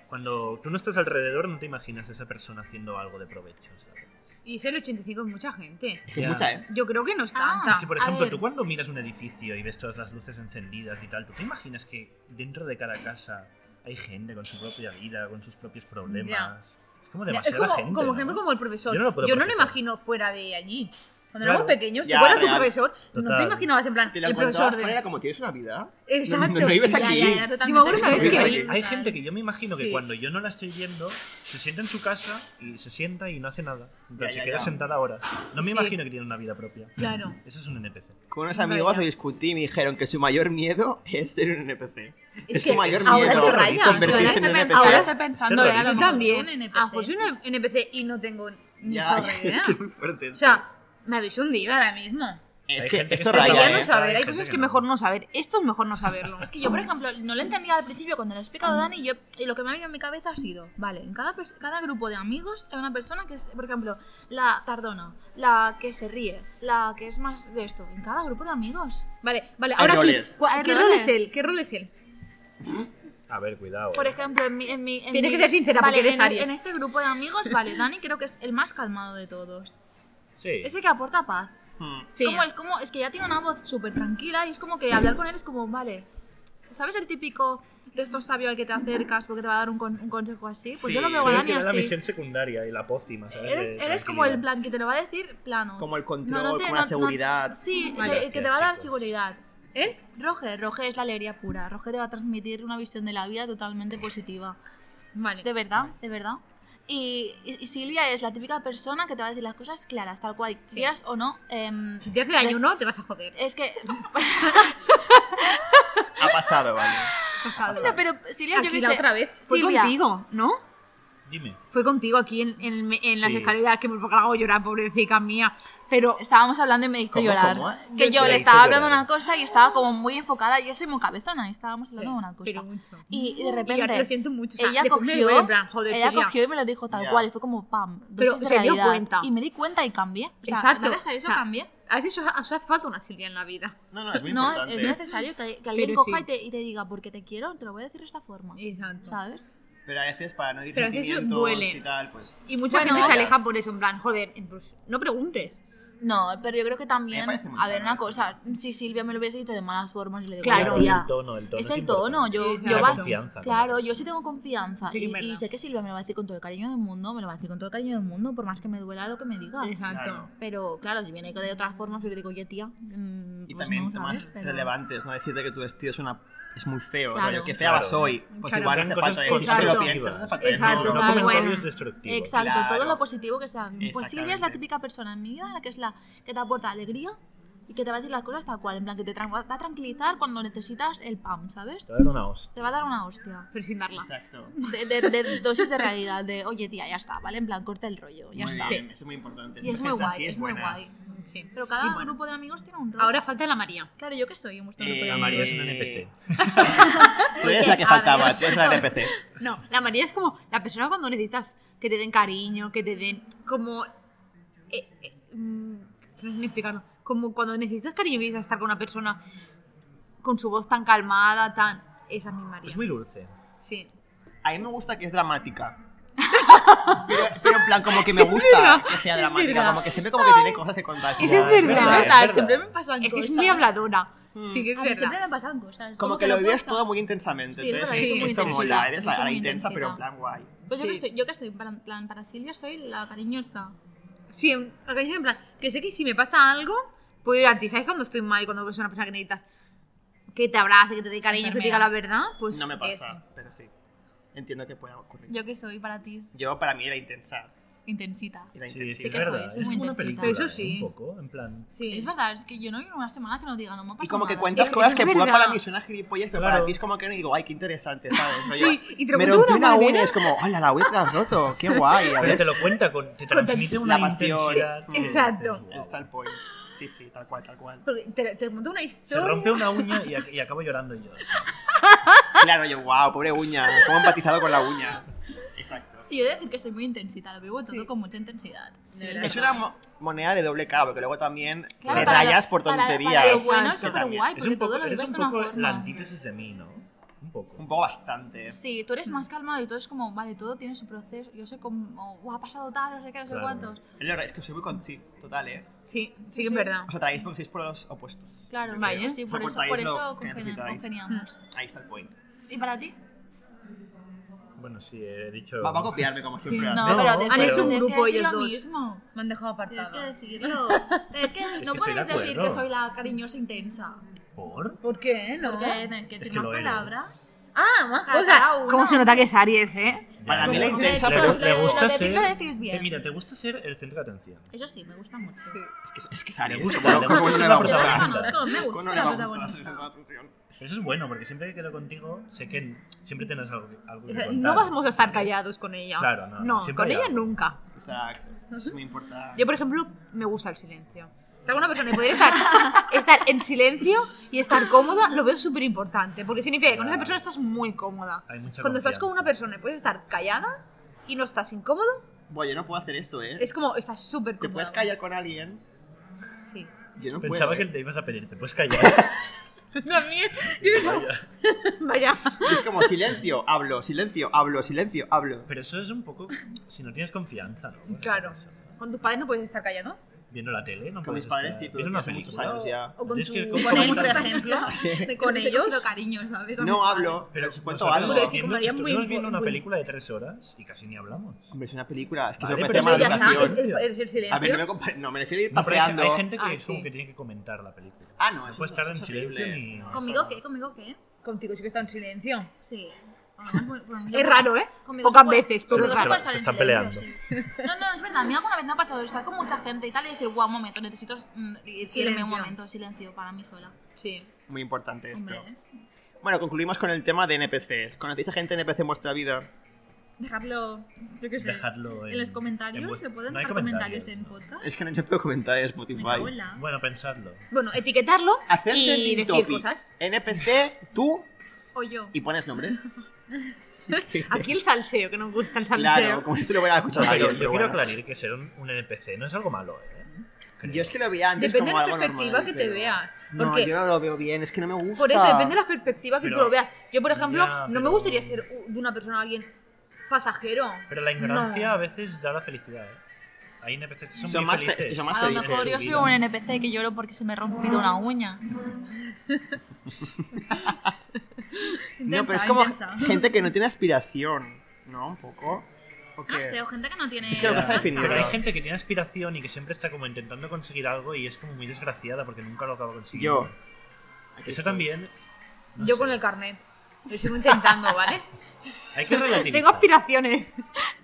Cuando tú no estás alrededor, no te imaginas a esa persona haciendo algo de provecho, ¿sabes?
Y es el 85 es mucha gente.
Es que
Ya.
mucha, ¿eh?
Yo creo que no es
Ah.
tanta.
Es que, por
A
ejemplo,
ver.
tú cuando miras un edificio y ves todas las luces encendidas y tal, ¿tú te imaginas que dentro de cada casa hay gente con su propia vida, con sus propios problemas? Es como
Ya,
demasiada
es como,
gente.
como
¿no?
ejemplo, como el profesor.
Yo no lo puedo procesar.
imagino fuera de allí. Cuando
Claro.
éramos pequeños,
Ya,
tú eras tu
real.
profesor, no
Total.
te imaginabas en plan
Te la
el profesor
contabas
de.
fuera como tienes una vida.
Exacto.
No, no, no ibas
sí,
aquí.
Ya, ya, era
Yo
totalmente
me acuerdo una vez
diferente.
que
Hay,
vi.
hay gente que yo me imagino que
Sí.
cuando yo no la estoy viendo, se sienta en su casa y se sienta y no hace nada. Entonces
Ya, ya,
se queda
ya.
sentada ahora. No me
Sí.
imagino que tiene una vida propia.
Claro.
Eso es un NPC.
Con unos
Vaya.
amigos lo discutí y me dijeron que su mayor miedo es ser un NPC.
Es
Es,
que
su mayor
ahora
miedo
te rayas,
convertirse en
ahora,
un NPC.
ahora estoy pensando,
Este
¿eh? a lo
Yo
rollo.
mejor
también. Ah, pues
soy un NPC.
A José soy una NPC y no tengo ni
Ya,
puta idea.
es que es muy fuerte.
O
esto.
sea, me habéis hundido ahora mismo.
es
hay
que
gente que
esto
está
Debería
raya,
rayando.
no
¿eh?
saber, hay
Hay gente
cosas que
que no.
mejor no saber. Esto es mejor no saberlo.
Es que yo, por ejemplo, no lo entendía al principio cuando lo he explicado a Dani y, yo- y lo que me ha venido en mi cabeza ha sido, vale, en cada, pers- cada grupo de amigos hay una persona que es, por ejemplo, la tardona, la que se ríe, la que es más de esto, en cada grupo de amigos.
Vale, vale,
Hay
ahora aquí.
roles.
¿cuál-
Hay
¿Qué rol es
roles.
él? ¿Qué rol es él?
A ver, cuidado.
Por
eh.
ejemplo, en mi... En mi en
Tienes
mi-
que ser sincera,
vale,
porque eres
en,
Aries.
en este grupo de amigos, vale, Dani creo que es el más calmado de todos.
Sí.
Es el que aporta paz.
Hmm.
Es Como, el- como, es que ya tiene una voz súper tranquila y es como que hablar con él es como, vale, ¿sabes el típico de estos sabios al que te acercas porque te va a dar un, con- un consejo así? Pues yo lo
Sí,
veo
Sí,
a
que
Dani
le da la
así.
misión secundaria y la pócima, ¿sabes?
Eres,
De
eres como el
tranquilidad.
plan que te lo va a decir plano.
Como el control,
No, no te-
como
no-
la
no-
seguridad.
sí,
Vale.
que, que te va a dar
Gracias,
seguridad.
¿Él?
Roger, Roger es la alegría pura. Roger te va a transmitir una visión de la vida totalmente positiva.
Vale.
De verdad, de verdad. Y, y- y Silvia es la típica persona que te va a decir las cosas claras, tal cual quieras o no. em,
Si te hace daño uno, te vas a joder.
es que
Ha pasado, vale.
Pasado.
No, pero Silvia, yo
Aquí
que
la
sé.
otra vez. Fue
Silvia,
contigo, ¿no?
Dime.
Fue contigo aquí en, en, el me- en las
Sí.
escaleras que me la hago llorar, pobrecita mía. Pero
Estábamos hablando y me hizo
¿Cómo,
llorar.
cómo, eh?
Que yo
Le
le
hizo
estaba hablando
llorar.
una cosa y estaba como muy enfocada. Yo soy muy cabezona y estábamos hablando de una cosa.
pero mucho.
Y de
Y ahora
repente.
lo siento mucho. o sea,
ella
le puse el
cogió,
huevo en plan, joder,
ella
Silvia.
cogió y me lo dijo tal
Ya.
cual y fue como pam dosis
Pero
de
se dio
realidad.
cuenta.
y me di cuenta y cambié O sea,
Exacto.
gracias a eso
O sea,
cambié
A veces os- os hace falta una Silvia en la vida.
No, no, es muy
no
importante.
es necesario que, que alguien
Pero
coja
sí.
y, te, y te diga porque te quiero te lo voy a decir de esta forma
Exacto.
sabes
Pero a veces para no ir
Pero a veces
sentimientos
duele.
y tal, pues...
Y mucha
Bueno,
gente se
gracias.
aleja por eso, en plan, joder, pues, no preguntes.
No, pero yo creo que también.
parece muy
A ver,
sano,
una
¿eh?
cosa. Si Silvia me lo hubiese dicho de malas formas, le digo,
Claro.
"Tía,
el tono, el tono.
es el tono.
importante.
Yo,
Sí,
yo
la
va-
confianza, ¿no?
Claro, yo sí tengo confianza.
Sí,
y-
es
y,
verdad.
sé que Silvia me lo va a decir con todo el cariño del mundo, me lo va a decir con todo el cariño del mundo, por más que me duela lo que me diga.
Exacto.
Claro.
Pero claro, si viene de otras formas, yo le digo, oye, tía. mm,
Y
pues
también
no,
temas
¿sabes? Pero-
relevantes, ¿no? Decirte que tu vestido es una... Es muy feo,
Claro.
rollo, que fea vas
Claro.
hoy. Pues
Claro.
igual no
Son
hace
cosas
falta decir que lo
Exacto.
piensas. no hace falta
Exacto.
decirlo.
No,
Claro.
comentarios destructivos.
Exacto, todo
Claro.
lo positivo que sea. Pues Silvia es la
Exactamente.
típica persona en mi vida, la que es la que te aporta alegría y que te va a decir las cosas tal cual. En plan, que te tran- va a tranquilizar cuando necesitas el pam, ¿sabes?
Te va a dar una hostia.
Te va a dar una hostia.
Pero sin darla.
Exacto.
De, de- de dosis de realidad, de oye tía, ya está, ¿vale? En plan, corta el rollo, ya
muy
está.
bien, eso es muy importante.
Y es
Esa
muy
gente
guay,
así
es, muy
buena.
guay.
Sí.
Pero cada
Y bueno,
grupo de amigos tiene un rol.
Ahora falta la María.
claro, yo que soy un vuestro grupo de
Eh,
La María es una
Eh,
NPC.
Tú eres la que
a
faltaba,
ver,
tú eres la
chicos.
NPC.
No, la María es como la persona cuando necesitas que te den cariño, que te den como... eh, eh, mm, no sé ni explicarlo. Como cuando necesitas cariño y necesitas estar con una persona con su voz tan calmada, tan... Esa es mi María.
Es Pues muy dulce.
Sí.
A mí me gusta que es dramática. Pero, pero en plan, como que me gusta
verdad,
que sea
es
dramática.
verdad.
Como que siempre como que tiene cosas que contar.
Eso es
como-
verdad.
Es
Es
verdad,
verdad.
siempre me pasan
Es que
cosas.
es muy habladora.
Mm.
Sí que es
A mí siempre
verdad.
me pasan cosas.
Como que lo vivías
cuento.
todo muy intensamente.
Sí, es
entonces,
verdad,
yo soy muy
eso
intensita,
mola, eres
yo
la,
soy
la
muy
intensa, pero en
intensita.
plan guay.
Pues yo que
Sí.
soy, yo que soy, para, plan, para Silvia soy la cariñosa.
Sí, en organización en plan, que sé que si me pasa algo, puedo ir a ti. ¿Sabes cuando estoy mal, cuando ves a una persona que necesitas que te abrace, que te dé cariño, que te diga
Enfermera.
la verdad? Pues
No me pasa,
eso.
pero sí. Entiendo que pueda ocurrir.
Yo que soy para ti,
Yo, para mí, era intensa.
intensita.
Era
Sí,
intensa.
sí,
que
es
soy,
verdad.
soy
Es
muy
como una película.
intensita.
Pero
¿eh?
eso sí.
Un poco, en plan.
Sí.
Es verdad, es que yo no vivo una semana que no diga, no me ha pasado
Y como que
nada.
cuentas
Es que
cosas
es
que igual
verdad.
para mí son gilipollas, pero
Claro.
para ti es como que no digo, ay, qué interesante, ¿sabes? Rollo,
Sí, y te lo
me
cuento de
rompí
una
una uña
manera.
y es como, ¡hala, la uña te la has roto! ¡Qué guay! A
Pero te
ver,
lo cuenta, con, te transmite una
la pasión.
intensidad. que
Exacto.
dices, "Guau".
está el point. Sí, sí, tal cual, tal cual.
Porque te, te monto una
Se
historia.
rompe una uña y, ac- y acabo llorando yo.
Claro, yo, wow, pobre uña, cómo he empatizado con la uña. Exacto.
Y he de decir que soy muy intensita, lo vivo todo
Sí.
con mucha intensidad. De verdad.
Es una mo- moneda de doble cara, porque luego también
Claro,
te
para lo-
rayas por
para- para
tonterías.
lo bueno es
Que
súper
también-
guay,
Es
porque
un poco,
todo lo
eres
vives
un
de una
poco la
forma.
antítesis de mí, ¿no? Un poco.
Un poco bastante.
Sí, tú eres
Mm.
más calmado y todo es como, vale, todo tiene su proceso. Yo soy como, "Buah, ha pasado tal, no sé qué, no sé
Claro.
cuántos.
Es verdad, es que soy muy con sí, total, ¿eh?
Sí, sí que es verdad.
Os atraéis porque sois por los opuestos.
Claro,
Vaya.
pues sí,
¿eh? Os
por eso,
aportáis
por
lo
eso
que
congenia-
necesitáis.
congeniamos.
Ahí está el point.
¿Y para ti?
Bueno, sí, he dicho.
Va, va a copiarme como siempre.
No,
hace.
No,
No,
pero
pero-
tienes
Han
que-
hecho un
tienes que
grupo
decir
ellos
lo
dos.
mismo.
Me han dejado
Tienes que
apartada.
decirlo. Es que no
estoy de
puedes decir que
acuerdo.
soy la cariñosa intensa.
¿Por?
¿Por qué? No.
Porque tienes que
¿Ah? Es
decir
que
más
lo eres.
palabras.
Ah, más
Cada
cosas.
uno.
¿Cómo se nota que es Aries, eh?
Para mí la
Hombre,
intensa,
le-
pero-
le
Lo de-
gusta
lo de
ser-
decir lo decís bien.
Eh, Mira, te gusta ser el centro de atención.
Eso sí, me gusta mucho.
Es que es que
Le
sale.
gusta,
¿Cómo
le
cómo
gusta
no
ser
le va a
la
Yo
gustar?
protagonista.
la conozco, me
¿Cómo no
gusta
le
ser la
va a gustar? Sí, sí,
protagonista.
Pero Eso es bueno, porque siempre que quedo contigo, sé que siempre tienes algo que, algo que contar.
Eh, No vamos a estar callados con ella.
Claro, no, no,
No,
siempre
con
hay
ella
algo.
nunca.
Exacto. Eso es muy importante.
Yo, por ejemplo, me gusta el silencio. Estar con una persona y poder estar, estar en silencio y estar cómoda lo veo súper importante. Porque significa que con esa persona estás muy cómoda.
Hay mucha
Cuando
confianza.
estás con una persona y puedes estar callada y no estás incómodo,
Bueno, yo no puedo hacer eso, ¿eh?
es como estás súper
Te
cómoda.
puedes callar con alguien.
Sí.
Yo no
Pensaba que
puedo. eh.
te ibas a pedir, te puedes callar.
También. yo pensaba, Vaya.
Es como silencio, hablo, silencio, hablo, silencio, hablo.
Pero eso es un poco. Si no tienes confianza, ¿no?
Claro.
Eso.
Con tus padres no puedes estar callado.
Viendo la tele, no
Con mis
puedes
padres
estar-
sí, pero desde
Viendo una
hace muchos
película.
años ya.
O con,
Tienes
tu,
que
con
comentar.
él, por ejemplo. Con ellos.
cariño, ¿sabes? A mis
No hablo,
padres.
pero os cuento
nosotros
algo.
Pero es que
viendo-
con María es muy
estuvimos viendo una
muy-
película de tres horas y casi ni hablamos.
Hombre, es una película, es que
Vale,
me
pero
parece
eso
mala
ya está.
educación.
Es, es el silencio.
A ver, no me, compa- no, me refiero a ir
No, pero hay-
paseando.
hay gente que,
Ah,
es como
sí.
que tiene que comentar la película.
Ah, no,
No
eso
puede
no,
estar
eso
en
es
silencio
horrible.
ni-
No,
¿Conmigo
eso
qué? ¿Conmigo qué?
Contigo sí que está en silencio.
Sí. Además, muy- bueno, yo-
Es raro, ¿eh?
Conmigo
Pocas
se puede-
veces,
conmigo
pero
se
puede
va-
raro.
estar
se
en
están
silencio, sí. No, no, es verdad. A mí alguna vez me ha pasado de estar con mucha gente y tal y decir, guau, un momento, necesito mm, ir- irme
Silencio.
un momento, silencio para mí sola.
Sí.
no. Muy importante esto.
Hombre, ¿eh?
Bueno, concluimos con el tema de NPCs. ¿Conocéis a gente NPC en vuestra vida?
dejadlo, yo qué sé.
Dejarlo en,
pues, En los
en
comentarios
vuest-
se pueden
no hay
dejar comentarios, en
comentarios,
podcast.
Es que no se puede comentar en
Me
Spotify.
cago en la-
Bueno, pensadlo.
Bueno, etiquetarlo
Hacer
y
trending
decir
topic.
cosas.
NPC, tú
O yo.
y pones nombres.
Aquí el salseo, que nos gusta el salseo.
claro, como esto lo voy a escuchar
Yo,
varios,
yo
pero
quiero
bueno.
aclarar que ser un, un NPC no es algo malo, ¿eh? Creo.
Yo es que lo veía antes
Depende de
como
la
algo
perspectiva
normal,
que te
pero-
veas,
No,
porque-
yo no lo veo bien, es que no me gusta.
Por eso depende de la perspectiva que tú
Pero-
lo veas. Yo, por ejemplo,
Ya,
no me
pero-
gustaría ser u- de una persona alguien pasajero.
Pero la ignorancia
No.
a veces da la felicidad, ¿eh? Hay NPCs que son,
Son
muy
más fe-
felices.
que son más
A lo
felices
mejor
en
yo
su
soy
vida.
un NPC que lloro porque se me ha rompido una uña.
No, pero es
Intensa,
como
intensa.
gente que no tiene aspiración, ¿no? Un poco. ¿O
No
qué?
sé, o gente que no tiene.
Es que lo que está
raza.
definido.
Pero hay gente que tiene aspiración y que siempre está como intentando conseguir algo y es como muy desgraciada porque nunca lo acaba consiguiendo.
Yo. Aquí
Eso
estoy.
también. no
Yo
sé.
con el carnet. Lo sigo intentando, ¿vale?
Hay que relativizar.
Tengo aspiraciones,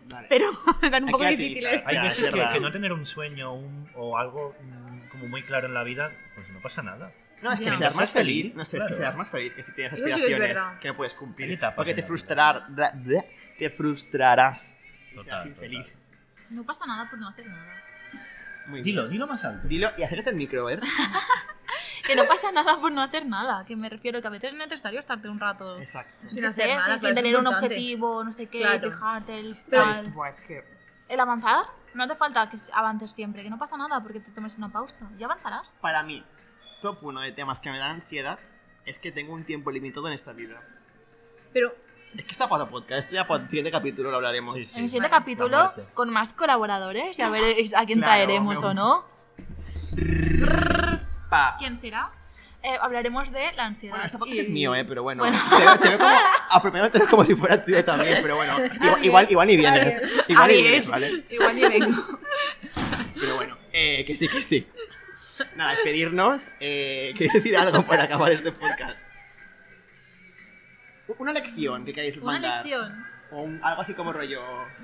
Vale.
pero me están un
Hay
poco
que
difíciles.
utilizar.
Hay
Ya,
veces
es
que,
verdad.
que no tener un sueño un- o algo mm, como muy claro en la vida, pues no pasa nada.
No, es que
Ya.
seas más
Ser
feliz.
feliz,
No sé, es
claro.
que seas más feliz que si tienes
Eso sí es
aspiraciones
verdad.
que no puedes
Hay
cumplir.
etapas
Porque te
en la vida.
frustrar, bla, bla, te frustrarás. Y
Total,
serás
total.
infeliz.
No pasa nada por no hacer nada.
Muy bien.
Dilo, dilo más alto.
Dilo y acércate al micro, ¿eh?
Que no pasa nada por no hacer nada. Que me refiero que a veces es necesario estarte un rato.
Exacto.
Sin
No
hacer
sé,
nada,
sin-
claro,
sin
es
tener un
importante.
objetivo, no sé qué,
Claro.
fijarte el
¿Sabes?
tal.
Buah, es que
El avanzar, no hace falta que avances siempre, que no pasa nada porque te tomes una pausa y avanzarás.
para mí, top uno de temas que me dan ansiedad es que tengo un tiempo limitado en esta vida.
Pero
Es que está para podcast, esto ya para el siguiente capítulo lo hablaremos.
Sí, sí.
en el siguiente
Vale.
La
capítulo,
muerte.
con más colaboradores, ya veréis a quién
Claro,
traeremos
me-
o no.
Pa.
¿Quién será? Eh, hablaremos de la ansiedad.
Bueno, este podcast
y-
es mío, ¿eh? Pero bueno, Te, veo, te veo como apropiándote como si fuera tuyo también, pero bueno, igual, igual, igual ni vienes, igual ni
Adiós.
vienes, ¿vale?
Igual ni vengo.
Eh, Pero bueno, eh, que sí, que sí. Nada, despedirnos, eh, ¿queréis decir algo para acabar este podcast? U- Una lección que queréis
Una
mandar,
lección.
o un- algo así como rollo...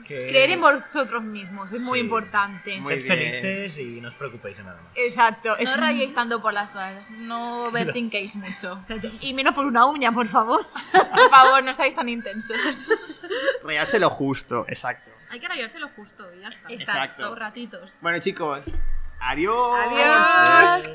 Que-
creer en vosotros mismos es muy Eh,
Sí.
importante.
Muy
Sed
bien.
felices y no os preocupéis de nada más.
Exacto. es-
No rayéis tanto por las cosas, no overthinkéis mucho.
Y menos por una uña, por favor.
Por favor, no seáis tan intensos.
Rayarse lo justo, exacto.
Hay que rayarse lo justo y ya está.
Exacto.
Por ratitos. Oh.
Ah.
Bueno, chicos, adiós.
Adiós.